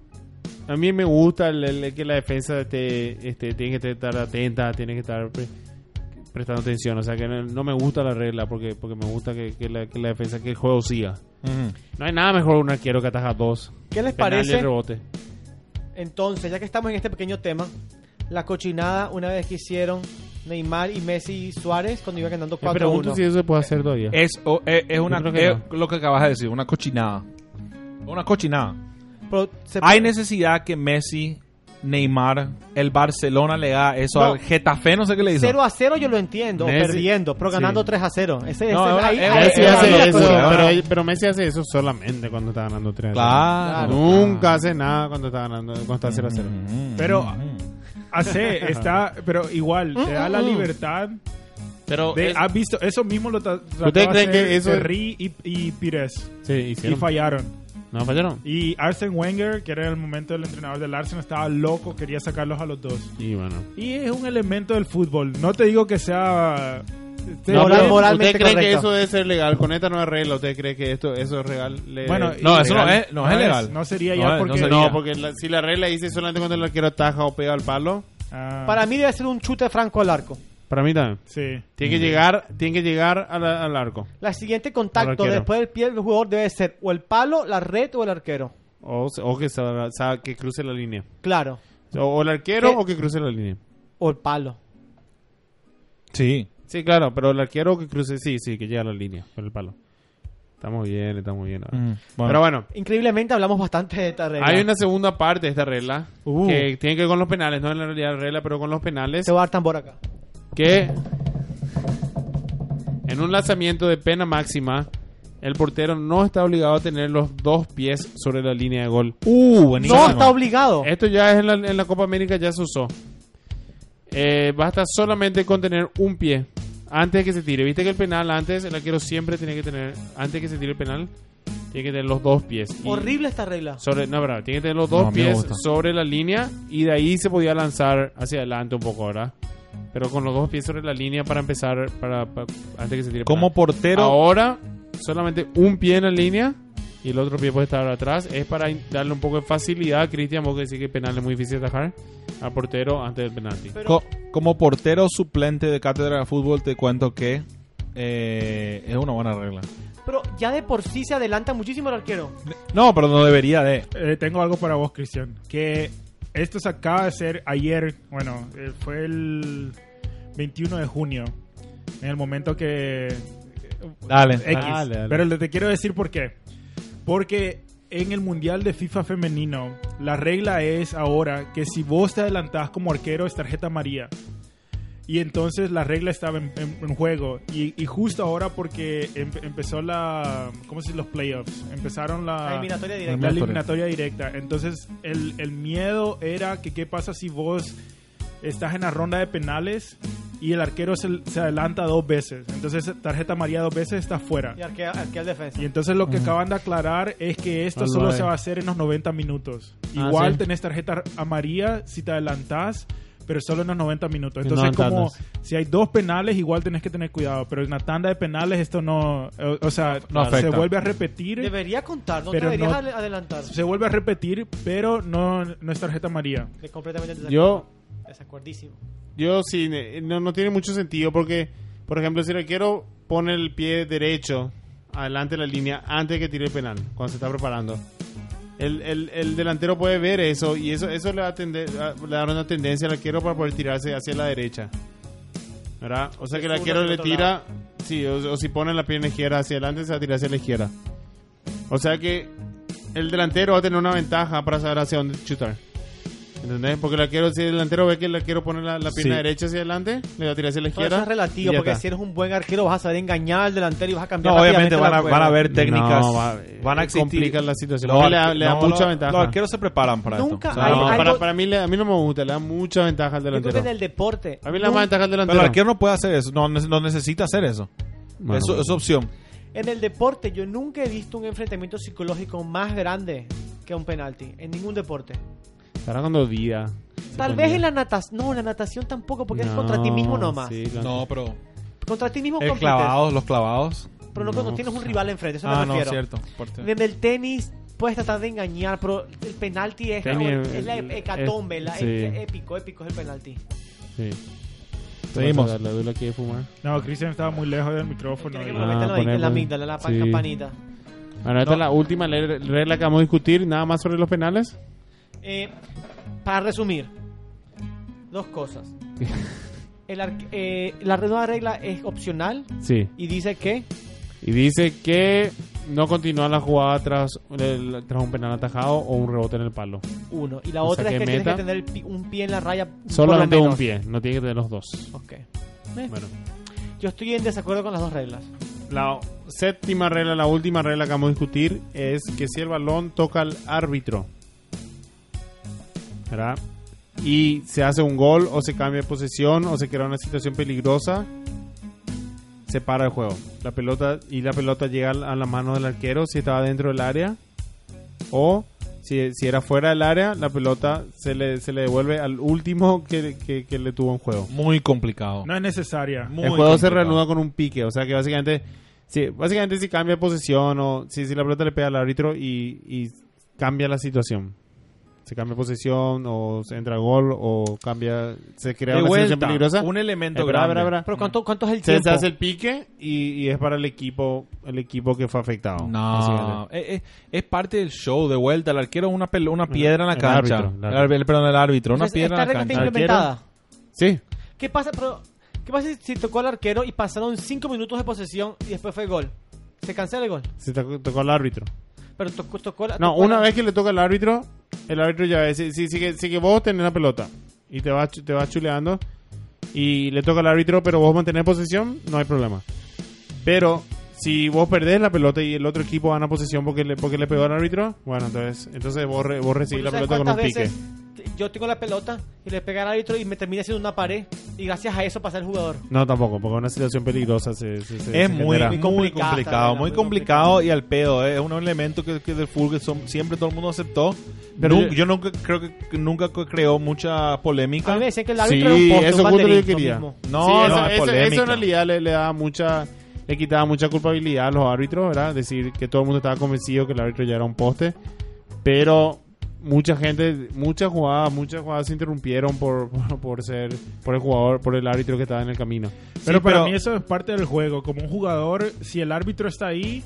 S3: A mí me gusta el- el- que la defensa te, este, tiene que estar atenta, tiene que estar pre- prestando atención. O sea, que no, no me gusta la regla porque, porque me gusta que, que la, que la defensa, que el juego siga. No hay nada mejor que un arquero que ataja dos.
S5: ¿Qué les
S3: penal y
S5: parece?
S3: rebote. Eh,
S5: Entonces, ya que estamos en este pequeño tema, la cochinada una vez que hicieron Neymar y Messi y Suárez cuando iban ganando
S3: Me pregunto
S5: 4-1.
S3: si eso se puede hacer todavía.
S4: Es, o- es, es una,
S3: creo que
S4: es lo que acabas de decir, una cochinada. Una cochinada.
S5: Pero se-
S4: Hay necesidad que Messi, Neymar, el Barcelona le haga eso
S5: No.
S4: al Getafe, no sé qué le hizo.
S5: 0 a 0 yo lo entiendo,
S3: Messi-
S5: perdiendo, pero ganando 3 a 0. Ese, ese-
S4: No, ahora-
S5: ahí-
S4: eh,
S5: ahí
S3: Messi
S5: se
S4: eh,
S5: habla
S3: hace
S5: de
S3: eso,
S5: cochinada.
S4: claro.
S3: pero, pero Messi hace eso solamente cuando está ganando 3
S4: Claro.
S3: Nunca hace nada cuando está ganando, cuando está 0 0.
S1: Pero
S4: Mm.
S1: AC está, pero igual, te da la libertad.
S6: Pero
S1: De,
S6: es-
S1: has visto, eso mismo lo tra- trató
S3: ¿Ustedes creen
S1: hacer
S3: que eso-
S1: Terry y, y Pires.
S3: Sí,
S1: Y
S3: hicieron.
S1: fallaron.
S3: no, fallaron.
S1: Y Arsene Wenger, que era en el momento el entrenador del Arsenal, estaba loco, quería sacarlos a los dos.
S3: Y bueno.
S1: Y es un elemento del fútbol. No te digo que sea... este, te-
S5: No, Moral-
S3: ¿Ustedes-
S5: moralmente
S3: ¿Ustedes creen que
S5: correcto.
S3: eso debe ser legal? Con esta nueva regla, ¿ustedes creen que esto, eso es legal? Le-
S1: Bueno,
S3: le-
S4: eh, No, eso no
S3: legal?
S4: es, no es legal.
S1: no sería
S4: No
S1: ya
S4: es,
S1: porque...
S4: no sería.
S3: No, porque la- si la regla dice solamente cuando el arquero ataja o pega al palo,
S1: Ah,
S5: Para mí debe ser un chute franco al arco.
S3: para mí también. Mm.
S1: Sí.
S3: Tiene que llegar, tiene que llegar al, al arco.
S5: La siguiente
S3: Al
S5: contacto
S3: arquero.
S5: después del pie del jugador debe ser o el palo, la red o el arquero.
S3: O, o que, sa- sa- que cruce la línea.
S5: Claro.
S3: O, o el arquero
S5: ¿Qué?
S3: o que cruce la línea.
S5: O el palo.
S4: Sí.
S3: Sí, claro, pero el arquero que cruce, sí, sí, que llega a la línea con el palo. Estamos bien, estamos bien. ahora. Pero Mm, bueno,
S5: Increíblemente hablamos bastante de esta regla.
S3: hay una segunda parte de esta regla
S1: Uh.
S3: que tiene que ver con los penales, no en la realidad la regla, pero con los penales.
S5: Se va a dar tambor acá.
S3: Que en un lanzamiento de pena máxima, el portero no está obligado a tener los dos pies sobre la línea de gol.
S4: Uh, buenísimo.
S5: No está obligado.
S3: Esto ya es en la, en la Copa América, ya se usó. Eh, basta solamente con tener un pie antes de que se tire. Viste que el penal antes, el arquero siempre tiene que tener, antes de que se tire el penal, tiene que tener los dos pies. Y
S5: Horrible esta regla.
S3: Sobre, no, verdad, tiene que tener los dos
S4: No, a mí me
S3: pies
S4: gusta.
S3: sobre la línea y de ahí se podía lanzar hacia adelante un poco, ¿verdad? Pero con los dos pies sobre la línea para empezar, para, para- antes de que se tire el
S4: Como
S3: penal.
S4: portero,
S3: Ahora, solamente un pie en la línea y el otro pie puede estar atrás. Es para in- darle un poco de facilidad. Cristian, vos que decís que el penal es muy difícil de atajar al portero antes del penalti.
S4: co- como portero suplente de cátedra de fútbol, te cuento que eh, es una buena regla.
S5: Pero ya de por sí se adelanta muchísimo el arquero.
S4: No, pero no debería de.
S1: Eh, tengo algo para vos, Cristian. Que esto se acaba de ser ayer, bueno, eh, fue el 21 de junio, en el momento que...
S4: Dale.
S1: X. Pero le- te quiero decir por qué. Porque en el Mundial de FIFA femenino, la regla es ahora que si vos te adelantás como arquero es tarjeta amarilla. Y entonces la regla estaba en, en- en juego. Y, y justo ahora porque em- empezó la... ¿Cómo se dice? Los playoffs. Empezaron
S4: Ah.
S1: la...
S5: La eliminatoria
S1: La
S5: directa.
S1: eliminatoria directa. Entonces, el, el miedo era que qué pasa si vos estás en la ronda de penales y el arquero se, se adelanta dos veces. Entonces, tarjeta amarilla dos veces está fuera.
S5: Y arquea, arquea el defensa.
S1: Y entonces lo que acaban de aclarar es que esto
S3: Alright.
S1: solo se va a hacer en los 90 minutos.
S3: Ah,
S1: Igual
S3: sí.
S1: tenés tarjeta amarilla si te adelantás, pero solo en los 90 minutos.
S3: En
S1: Entonces
S3: 90
S1: como
S3: tandas.
S1: si hay dos penales, igual tenés que tener cuidado. Pero en la tanda de penales esto no... O, o sea,
S4: No
S1: se
S4: afecta.
S1: vuelve a repetir
S5: Debería contar, no te
S1: Pero
S5: deberías
S1: no-
S5: ale- adelantar.
S1: se vuelve a repetir, pero no, no es tarjeta amarilla.
S5: De completamente desacu-
S3: Yo,
S5: desacuerdísimo.
S3: yo sí, ne- no, no tiene mucho sentido porque, por ejemplo, si el arquero pone el pie derecho adelante de la línea antes de que tire el penal, cuando se está preparando. El, el- el delantero puede ver eso y eso, eso le, da tende- a- le da una tendencia al arquero para poder tirarse hacia la derecha. ¿Verdad? O sea que el
S5: Uno
S3: arquero
S5: hacia el
S3: le
S5: otro
S3: tira, sí, o, o si pone la pierna izquierda hacia adelante, se va a tirar hacia la izquierda. O sea que el delantero va a tener una ventaja para saber hacia dónde chutar. ¿Entendés? Porque la quiero, si el delantero ve que la quiero poner la, la pierna
S1: Sí.
S3: derecha hacia adelante, le va a tirar hacia la
S5: Todo eso
S3: izquierda.
S5: es relativo,
S3: y ya
S5: porque
S3: está.
S5: si eres un buen arquero vas a saber engañar al delantero y vas a cambiar
S4: No, obviamente
S5: rápidamente
S4: van
S5: la
S4: a,
S5: jugada.
S4: van a haber técnicas.
S3: No, va- eh,
S4: van a existir.
S3: complica la situación. Porque le da- le da mucha ventaja.
S4: Los arqueros se preparan para
S5: Nunca
S4: esto.
S3: No,
S5: hay-
S3: no,
S5: algo-
S3: para, para mí, le- a mí no me gusta, le da mucha ventaja al
S5: Yo creo
S3: delantero.
S5: que en el deporte.
S3: A mí le da
S5: nun-
S3: más ventaja al
S4: Pero el
S3: delantero.
S4: arquero no puede hacer eso. No, no necesita hacer eso.
S3: Bueno,
S4: eso es opción.
S5: En el deporte yo nunca he visto un enfrentamiento psicológico más grande que un penalti. En ningún deporte.
S3: Estará cuando día.
S5: Tal
S4: pues,
S5: vez en la natación. No, en la natación tampoco, porque es contra ti mismo nomás.
S3: sí, claro.
S4: pero.
S5: Contra ti mismo
S4: El
S5: compites,
S4: clavados, los clavados.
S5: pero no cuando
S3: No.
S5: tienes un rival enfrente. Eso
S4: ah,
S5: me
S4: no,
S5: refiero.
S4: cierto. Por-
S5: En el tenis puedes tratar de engañar, pero el penalti es,
S3: Tenis,
S5: es la
S3: el-
S5: hecatombe, la-
S3: sí. Ah,
S5: es épico, épico es el penalti.
S3: Sí.
S4: Seguimos.
S3: La dula quiere fumar.
S1: No, Cristian estaba muy lejos del micrófono.
S5: Tiene que
S1: y-
S3: Ah,
S5: meterlo ahí,
S3: poner-
S5: en la amígdala, la pa-
S3: sí.
S5: campanita.
S3: Bueno, esta es la última le- regla que vamos a discutir. Nada más sobre los penales.
S5: Eh, para resumir, dos cosas. El arque- eh, la nueva regla es opcional
S3: Sí.
S5: y dice que
S3: Y dice que no continúa la jugada tras, el- tras un penal atajado o un rebote en el palo.
S5: uno. Y la
S3: O sea,
S5: otra es que
S3: que
S5: tienes que
S3: meta.
S5: tener el pi- un pie en la raya. por lo
S3: Solamente un
S5: menos.
S3: pie, no tiene que tener los dos.
S5: Ok. Eh,
S3: Bueno.
S5: Yo estoy en desacuerdo con las dos reglas.
S3: La séptima regla, la última regla que vamos a discutir es que si el balón toca al árbitro, ¿verdad? Y se hace un gol o se cambia de posesión o se crea una situación peligrosa, se para el juego. La pelota y la pelota llega a las manos del arquero si estaba dentro del área o si, si era fuera del área, la pelota se le, se le devuelve al último que, que- que le tuvo en juego
S4: Muy complicado.
S1: No es necesaria.
S4: Muy
S3: el juego se
S4: complicado.
S3: reanuda con un pique, o sea que básicamente, si, básicamente si cambia de posición o si, si la pelota le pega al árbitro y, y cambia la situación. Se cambia de posición o se entra gol o cambia, se crea
S4: De
S3: una
S4: vuelta,
S3: situación peligrosa.
S4: un elemento
S3: Eh, verá,
S4: grande.
S3: verá, verá.
S5: Pero ¿cuánto, cuánto es el
S3: Se,
S5: tiempo?
S3: se hace el pique y, y es para el equipo, el equipo que fue afectado.
S4: No,
S3: básicamente.
S4: eh, eh, es parte del show de vuelta. El arquero es una, pel- una piedra en la
S3: Mm, El
S4: cancha.
S3: árbitro, el
S4: El
S3: árbitro.
S4: ar- perdón, el árbitro, una
S5: Entonces,
S4: piedra en
S5: esta
S4: la
S5: regla está
S4: cancha.
S5: implementada.
S3: Sí,
S5: ¿Qué pasa, pero, ¿Qué pasa si- si tocó al arquero y pasaron 5 minutos de posesión y después fue gol? Se cancela el gol.
S3: se tocó, tocó al árbitro.
S5: Pero tocó, tocó la-
S3: No,
S5: tocó
S3: una
S5: la-
S3: vez que le toca al árbitro, el árbitro ya ve. Si, si, si que, si que vos tenés la pelota y te vas, chu- te vas chuleando y le toca al árbitro, pero vos mantenés posesión, no hay problema. Pero si vos perdés la pelota y el otro equipo gana posesión porque le, porque le pegó al árbitro, bueno, entonces, entonces vos, re- vos recibís
S5: ¿Tú
S3: la
S5: sabes
S3: pelota con un
S5: cuántas
S3: pique.
S5: veces Yo tengo la pelota y le pega al árbitro y me termina haciendo una pared y gracias a eso pasa el jugador.
S3: No, tampoco, porque es una situación peligrosa se, se- se-
S4: Es
S3: se
S4: muy,
S3: genera.
S4: muy
S5: complicada,
S4: complicado,
S5: la
S4: muy
S5: verdad,
S4: complicado y al pedo. eh. Es un elemento que, que del fútbol que son- siempre todo el mundo aceptó.
S3: Pero
S4: Nun-
S3: yo-
S4: yo, nunca creo que, que nunca co- creó mucha
S5: A
S4: polémica.
S5: mí me decían que el
S3: Sí,
S5: árbitro era un poste,
S3: eso
S5: un
S3: justo lo que
S5: banderín,
S3: yo
S5: lo
S3: quería.
S5: mismo.
S4: No,
S3: Sí,
S4: no,
S3: eso,
S4: es
S3: eso- eso
S4: polémica.
S3: en realidad le, le daba mucha, le quitaba mucha culpabilidad a los árbitros, ¿verdad? Decir que todo el mundo estaba convencido que el árbitro ya era un poste, pero mucha gente, muchas jugadas, muchas jugadas se interrumpieron por, por, por ser, por el jugador, por el árbitro que estaba en el camino.
S1: Pero para
S4: pero-
S1: mí eso es parte del juego. Como un jugador, si el árbitro está ahí,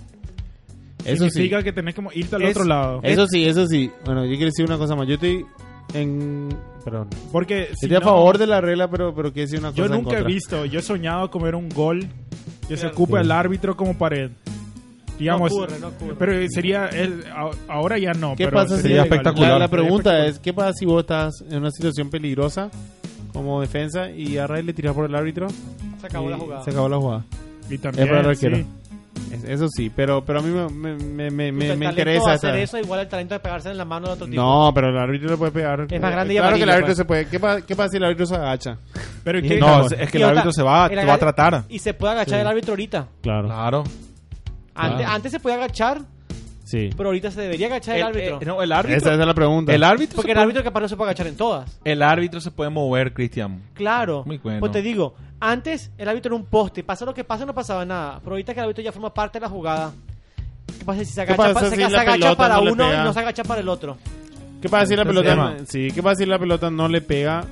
S3: Eso sí.
S1: significa que tenés que mo- irte al
S4: Es-
S1: otro lado.
S3: Eso sí, eso sí. Bueno, yo quiero decir una cosa más. Yo estoy en, perdón,
S1: Porque si
S3: estoy a
S1: no,
S3: favor de la regla, pero, pero quiero decir una cosa.
S1: yo
S3: en
S1: nunca he
S3: contra.
S1: visto, yo he soñado comer un gol que se ocupa el árbitro como pared. Digamos,
S5: ocurre, no ocurre.
S1: pero sería el- a- ahora ya no.
S3: ¿Qué
S1: pero
S3: pasa si
S1: sería
S4: Sería espectacular.
S3: La, la pregunta es, ¿qué pasa si vos estás en una situación peligrosa como defensa y a Ray le tirás por el árbitro?
S5: Se acabó
S3: y
S5: la jugada.
S3: Se acabó la jugada.
S1: Y
S3: Es para el
S1: también,
S3: arquero.
S1: sí.
S3: Es- Eso sí, pero, pero a mí me, me- me- me- me
S5: O sea, el talento
S3: interesa
S5: de hacer
S3: esta-
S5: eso igual el talento de pegarse en la mano de otro tipo.
S3: No, pero el árbitro le puede pegar.
S5: Es más grande y
S3: Claro que el
S5: amarillo,
S3: árbitro
S5: pues.
S3: se puede. ¿Qué pasa, qué pasa si el árbitro se agacha?
S1: Pero
S3: Y
S1: ¿qué-
S3: no,
S4: No, es, es que el
S5: Y otra,
S4: árbitro se va,
S5: el
S4: te va a
S5: agar-
S4: tratar.
S5: Y se puede agachar
S3: Sí. Ah.
S5: el árbitro ahorita.
S3: Claro.
S4: Claro.
S5: Ante- Antes,
S3: Claro.
S5: se podía agachar,
S3: Sí.
S5: pero ahorita se debería agachar el,
S3: eh,
S5: árbitro.
S4: no, el árbitro.
S3: Esa, esa es la pregunta.
S4: el árbitro
S5: porque
S4: se
S5: el
S4: puede-
S5: árbitro capaz no se puede agachar en todas.
S4: el árbitro se puede mover, Cristian.
S5: Claro.
S4: Muy bueno.
S5: Pues te digo, antes el árbitro era un poste. Pasa lo que pasa, no pasaba nada. Pero ahorita que el árbitro ya forma parte de la jugada. ¿Qué pasa si se agacha,
S3: pasa
S5: pa- se-
S3: si
S5: se
S3: la
S5: agacha
S3: pelota
S5: para
S3: no le
S5: uno y
S3: pega?
S5: no se agacha para el otro?
S3: ¿Qué pasa si la
S4: Entonces,
S3: pelota,
S4: Emma.
S3: sí, ¿qué pasa si la pelota no le pega,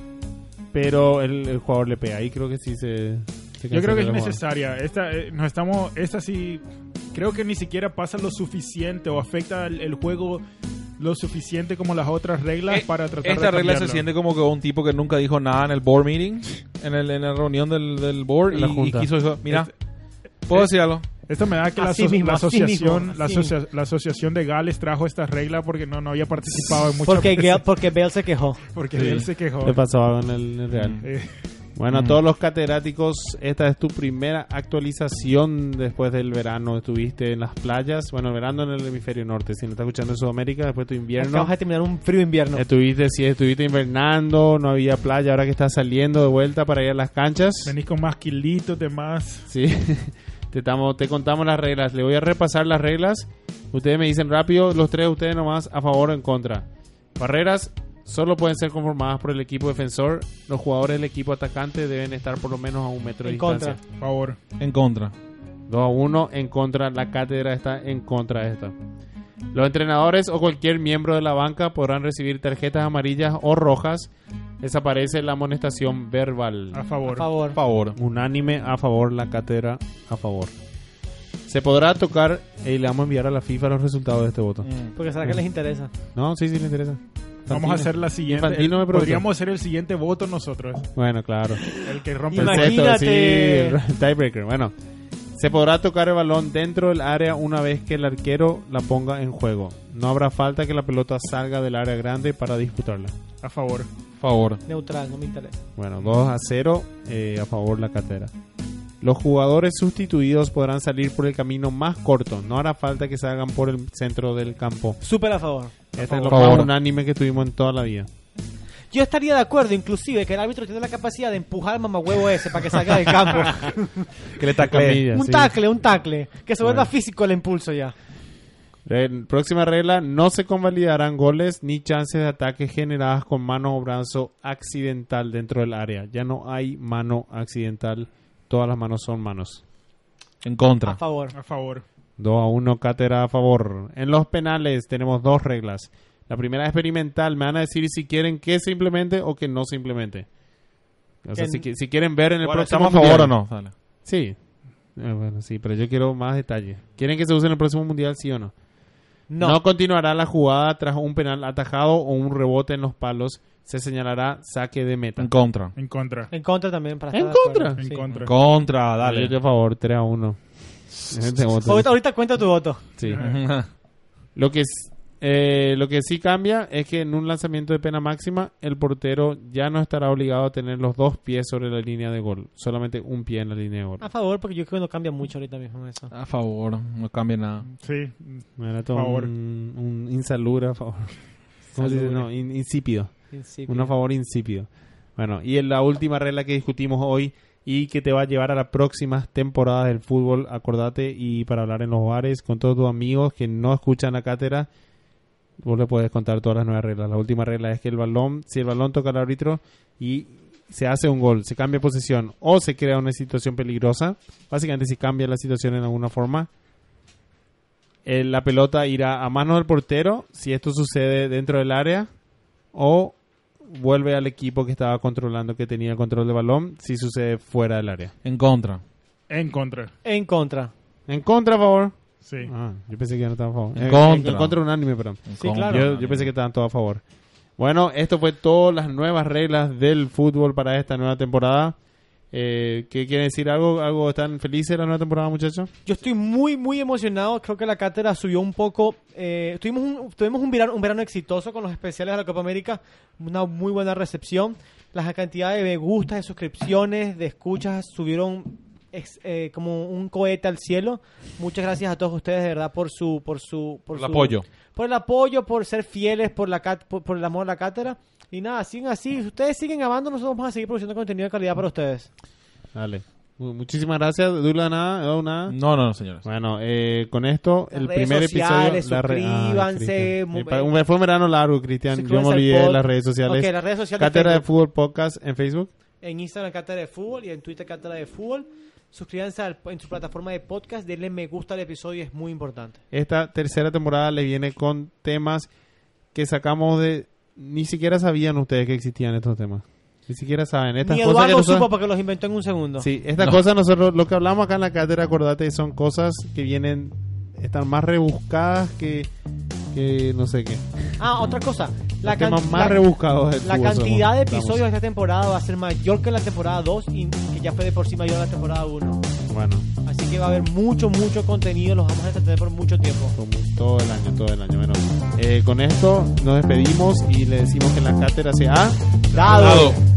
S3: pero el, el jugador le pega? Ahí creo que sí se... se
S1: Yo creo que es
S3: cancela la jugada.
S1: necesaria. Esta, eh, nos estamos, esta sí, creo que ni siquiera pasa lo suficiente o afecta el, el juego lo suficiente como las otras reglas
S4: Eh,
S1: para tratar de
S4: Esta regla se
S1: cambiarlo.
S4: siente como que un tipo que nunca dijo nada en el board meeting, en, el, en la reunión del, del board,
S3: En la
S4: y,
S3: junta.
S4: y quiso, dijo, mira, ¿puedo decir algo?
S1: Esto me da que la,
S5: Así
S1: aso-
S5: mismo,
S1: la
S5: así
S1: asociación,
S5: mismo,
S1: la,
S5: así
S1: asocia- la asociación de Gales trajo esta regla porque no, no había participado en muchas
S5: Porque,
S1: veces.
S5: Gale- porque Bale se quejó.
S1: Porque
S3: Sí.
S1: él se quejó.
S3: Le pasaba en el, en el Real.
S1: Eh,
S3: Bueno,
S5: Mm.
S3: a todos los catedráticos, esta es tu primera actualización después del verano. Estuviste en las playas, bueno, el verano en el hemisferio norte. Si no estás escuchando en Sudamérica, después tu invierno.
S5: Acabas de terminar un frío invierno.
S3: Estuviste, sí, estuviste invernando, no había playa, ahora que estás saliendo de vuelta para ir a las canchas.
S1: venís con más kilitos de más.
S3: Sí, te, estamos, te contamos las reglas. Le voy a repasar las reglas. Ustedes me dicen rápido, los tres de ustedes nomás, a favor o en contra. Barreras solo pueden ser conformadas por el equipo defensor. Los jugadores del equipo atacante deben estar por lo menos a un metro de
S5: En
S3: distancia.
S5: contra.
S1: Por favor.
S4: En contra.
S3: 2 a 1 en contra. La cátedra está en contra de esta. Los entrenadores o cualquier miembro de la banca podrán recibir tarjetas amarillas o rojas. Desaparece la amonestación verbal.
S1: Mm, A favor.
S5: Por favor.
S4: Por favor.
S3: Ah. Unánime a favor, la cátedra a favor. Se podrá tocar y le vamos a enviar a la FIFA los resultados de este voto.
S5: Porque será que les interesa.
S3: No, sí, sí, le interesa.
S1: Vamos a hacer la siguiente.
S3: Infantino me preguntó.
S1: Podríamos hacer el siguiente voto nosotros.
S3: Bueno, claro.
S1: El que rompe el
S5: Imagínate.
S3: Perfecto, sí. Tiebreaker, bueno. Se podrá tocar el balón dentro del área una vez que el arquero la ponga en juego. No habrá falta que la pelota salga del área grande para disputarla.
S1: A favor.
S4: Por favor.
S5: Neutral, no me interesa.
S3: Bueno, 2 a 0 eh, a favor la cartera. Los jugadores sustituidos podrán salir por el camino más corto. No hará falta que salgan por el centro del campo.
S5: Súper a favor.
S3: Este es lo
S4: Por favor.
S3: más unánime que tuvimos en toda la vida.
S5: Yo estaría de acuerdo, inclusive, que el árbitro tiene la capacidad de empujar al mamahuevo ese para que salga del campo.
S4: Que le
S3: Camilla,
S5: un
S3: sí.
S5: tacle, un tacle. Que se vuelva
S3: Bueno.
S5: físico el impulso ya.
S3: Re- Próxima regla, no se convalidarán goles ni chances de ataque generadas con mano o brazo accidental dentro del área. Ya no hay mano accidental, todas las manos son manos.
S4: En
S5: A
S4: contra.
S5: favor.
S1: A favor.
S3: 2 a 1, cátedra a favor. En los penales tenemos dos reglas. La primera es experimental, me van a decir si quieren que se implemente o que no se implemente. O sea,
S5: Que-
S3: si, qui- si quieren ver en el
S4: Bueno,
S3: próximo
S4: ¿Estamos a favor
S3: mundial.
S4: o no? Dale.
S3: Sí. Eh, bueno, sí, pero yo quiero más detalle. ¿Quieren que se use en el próximo mundial, sí o no? No.
S5: No.
S3: continuará la jugada tras un penal atajado o un rebote en los palos. Se señalará saque de meta.
S4: En contra.
S1: En contra.
S5: En contra también. Para
S3: ¿En
S5: estar de
S3: contra?
S5: acuerdo,
S1: En
S5: sí.
S1: contra.
S4: Contra,
S3: Yo
S4: dale.
S3: te favor, 3 a 1. Este voto.
S5: Ahorita, ahorita cuenta tu voto.
S3: Sí. Lo, que, s- eh, lo que sí cambia es que en un lanzamiento de pena máxima, el portero ya no estará obligado a tener los dos pies sobre la línea de gol. Solamente un pie en la línea de gol.
S5: A favor, porque yo creo que no cambia mucho ahorita mismo eso.
S4: A favor. No cambia nada.
S1: Sí.
S3: Era todo
S1: Favor.
S3: Un, un insalubre a favor. ¿Cómo se dice? No, in- insípido.
S5: Principio.
S3: Un a favor insípido. Bueno, y en la última regla que discutimos hoy y que te va a llevar a las próximas temporadas del fútbol, acordate, y para hablar en los bares con todos tus amigos que no escuchan la cátedra, vos le puedes contar todas las nuevas reglas. La última regla es que el balón, si el balón toca al árbitro y se hace un gol, se cambia posición o se crea una situación peligrosa, básicamente si cambia la situación en alguna forma, eh, la pelota irá a mano del portero si esto sucede dentro del área o vuelve al equipo que estaba controlando, que tenía el control del balón, si sucede fuera del área.
S4: En contra.
S1: En contra.
S5: En contra.
S3: En contra, a favor.
S1: Sí.
S3: Ah, yo pensé que ya no estaban a favor.
S4: En
S3: Eh,
S4: contra.
S3: En contra unánime, perdón.
S4: En
S5: Sí,
S4: contra.
S5: claro.
S3: Yo, yo pensé que estaban todos a favor. Bueno, esto fue todas las nuevas reglas del fútbol para esta nueva temporada. Eh, ¿Qué quiere decir? ¿Algo, ¿Algo están felices de la nueva temporada, muchachos?
S5: Yo estoy muy, muy emocionado. Creo que la cátedra subió un poco. Eh, tuvimos un, tuvimos un, verano, un verano exitoso con los especiales de la Copa América. Una muy buena recepción. Las cantidades de me gustas, de suscripciones, de escuchas subieron ex- eh, como un cohete al cielo. Muchas gracias a todos ustedes, de verdad, por su... Por, su,
S4: Por el
S5: su-
S4: apoyo.
S5: Por el apoyo, por ser fieles, por, la cat- por, por el amor a la cátedra. Y nada, siguen así. Ustedes siguen amando, nosotros vamos a seguir produciendo contenido de calidad para ustedes.
S3: Dale. Mu- Muchísimas gracias, Dula, nada, Edu, nada.
S4: No, no, no, señores.
S3: Bueno, eh, con esto, el
S5: Las
S3: primer
S5: redes sociales,
S3: episodio. la re- ah,
S5: suscríbanse,
S3: Cristian.
S5: mu-
S3: Eh, para- un- fue un verano largo, Cristian. Yo me
S5: Suscríbanse al
S3: olvidé de
S5: pod-
S3: las redes sociales.
S5: Ok, las redes sociales.
S3: Cátedra de
S5: Facebook.
S3: Fútbol Podcast en Facebook.
S5: en Instagram Cátedra de Fútbol y en Twitter Cátedra de Fútbol. Suscríbanse al- en su plataforma de podcast, denle me gusta al episodio, es muy importante.
S3: Esta tercera temporada le viene con temas que sacamos de... Ni siquiera sabían ustedes que existían estos temas. Ni siquiera saben. Estas
S5: Ni
S3: cosas que
S5: Eduardo
S3: nosotros-
S5: supo porque los inventó en un segundo.
S3: Sí, estas cosas nosotros, lo que hablamos acá en la cátedra, acordate, son cosas que vienen, están más rebuscadas que, que no sé qué.
S5: Ah, otra cosa. La,
S3: Los
S5: can-
S3: temas más
S5: la-
S3: rebuscados del
S5: la
S3: fútbol
S5: cantidad
S3: somos-
S5: de
S3: estamos.
S5: episodios de esta temporada va a ser mayor que la temporada 2 y que ya fue de por sí mayor a la temporada 1.
S3: Bueno,
S5: Así que va a haber mucho, mucho contenido. Los vamos a entretener por mucho tiempo.
S3: como todo el año, todo el año. Bueno, eh, con esto nos despedimos y le decimos que en la cátedra se ha
S5: Dado.
S3: dado.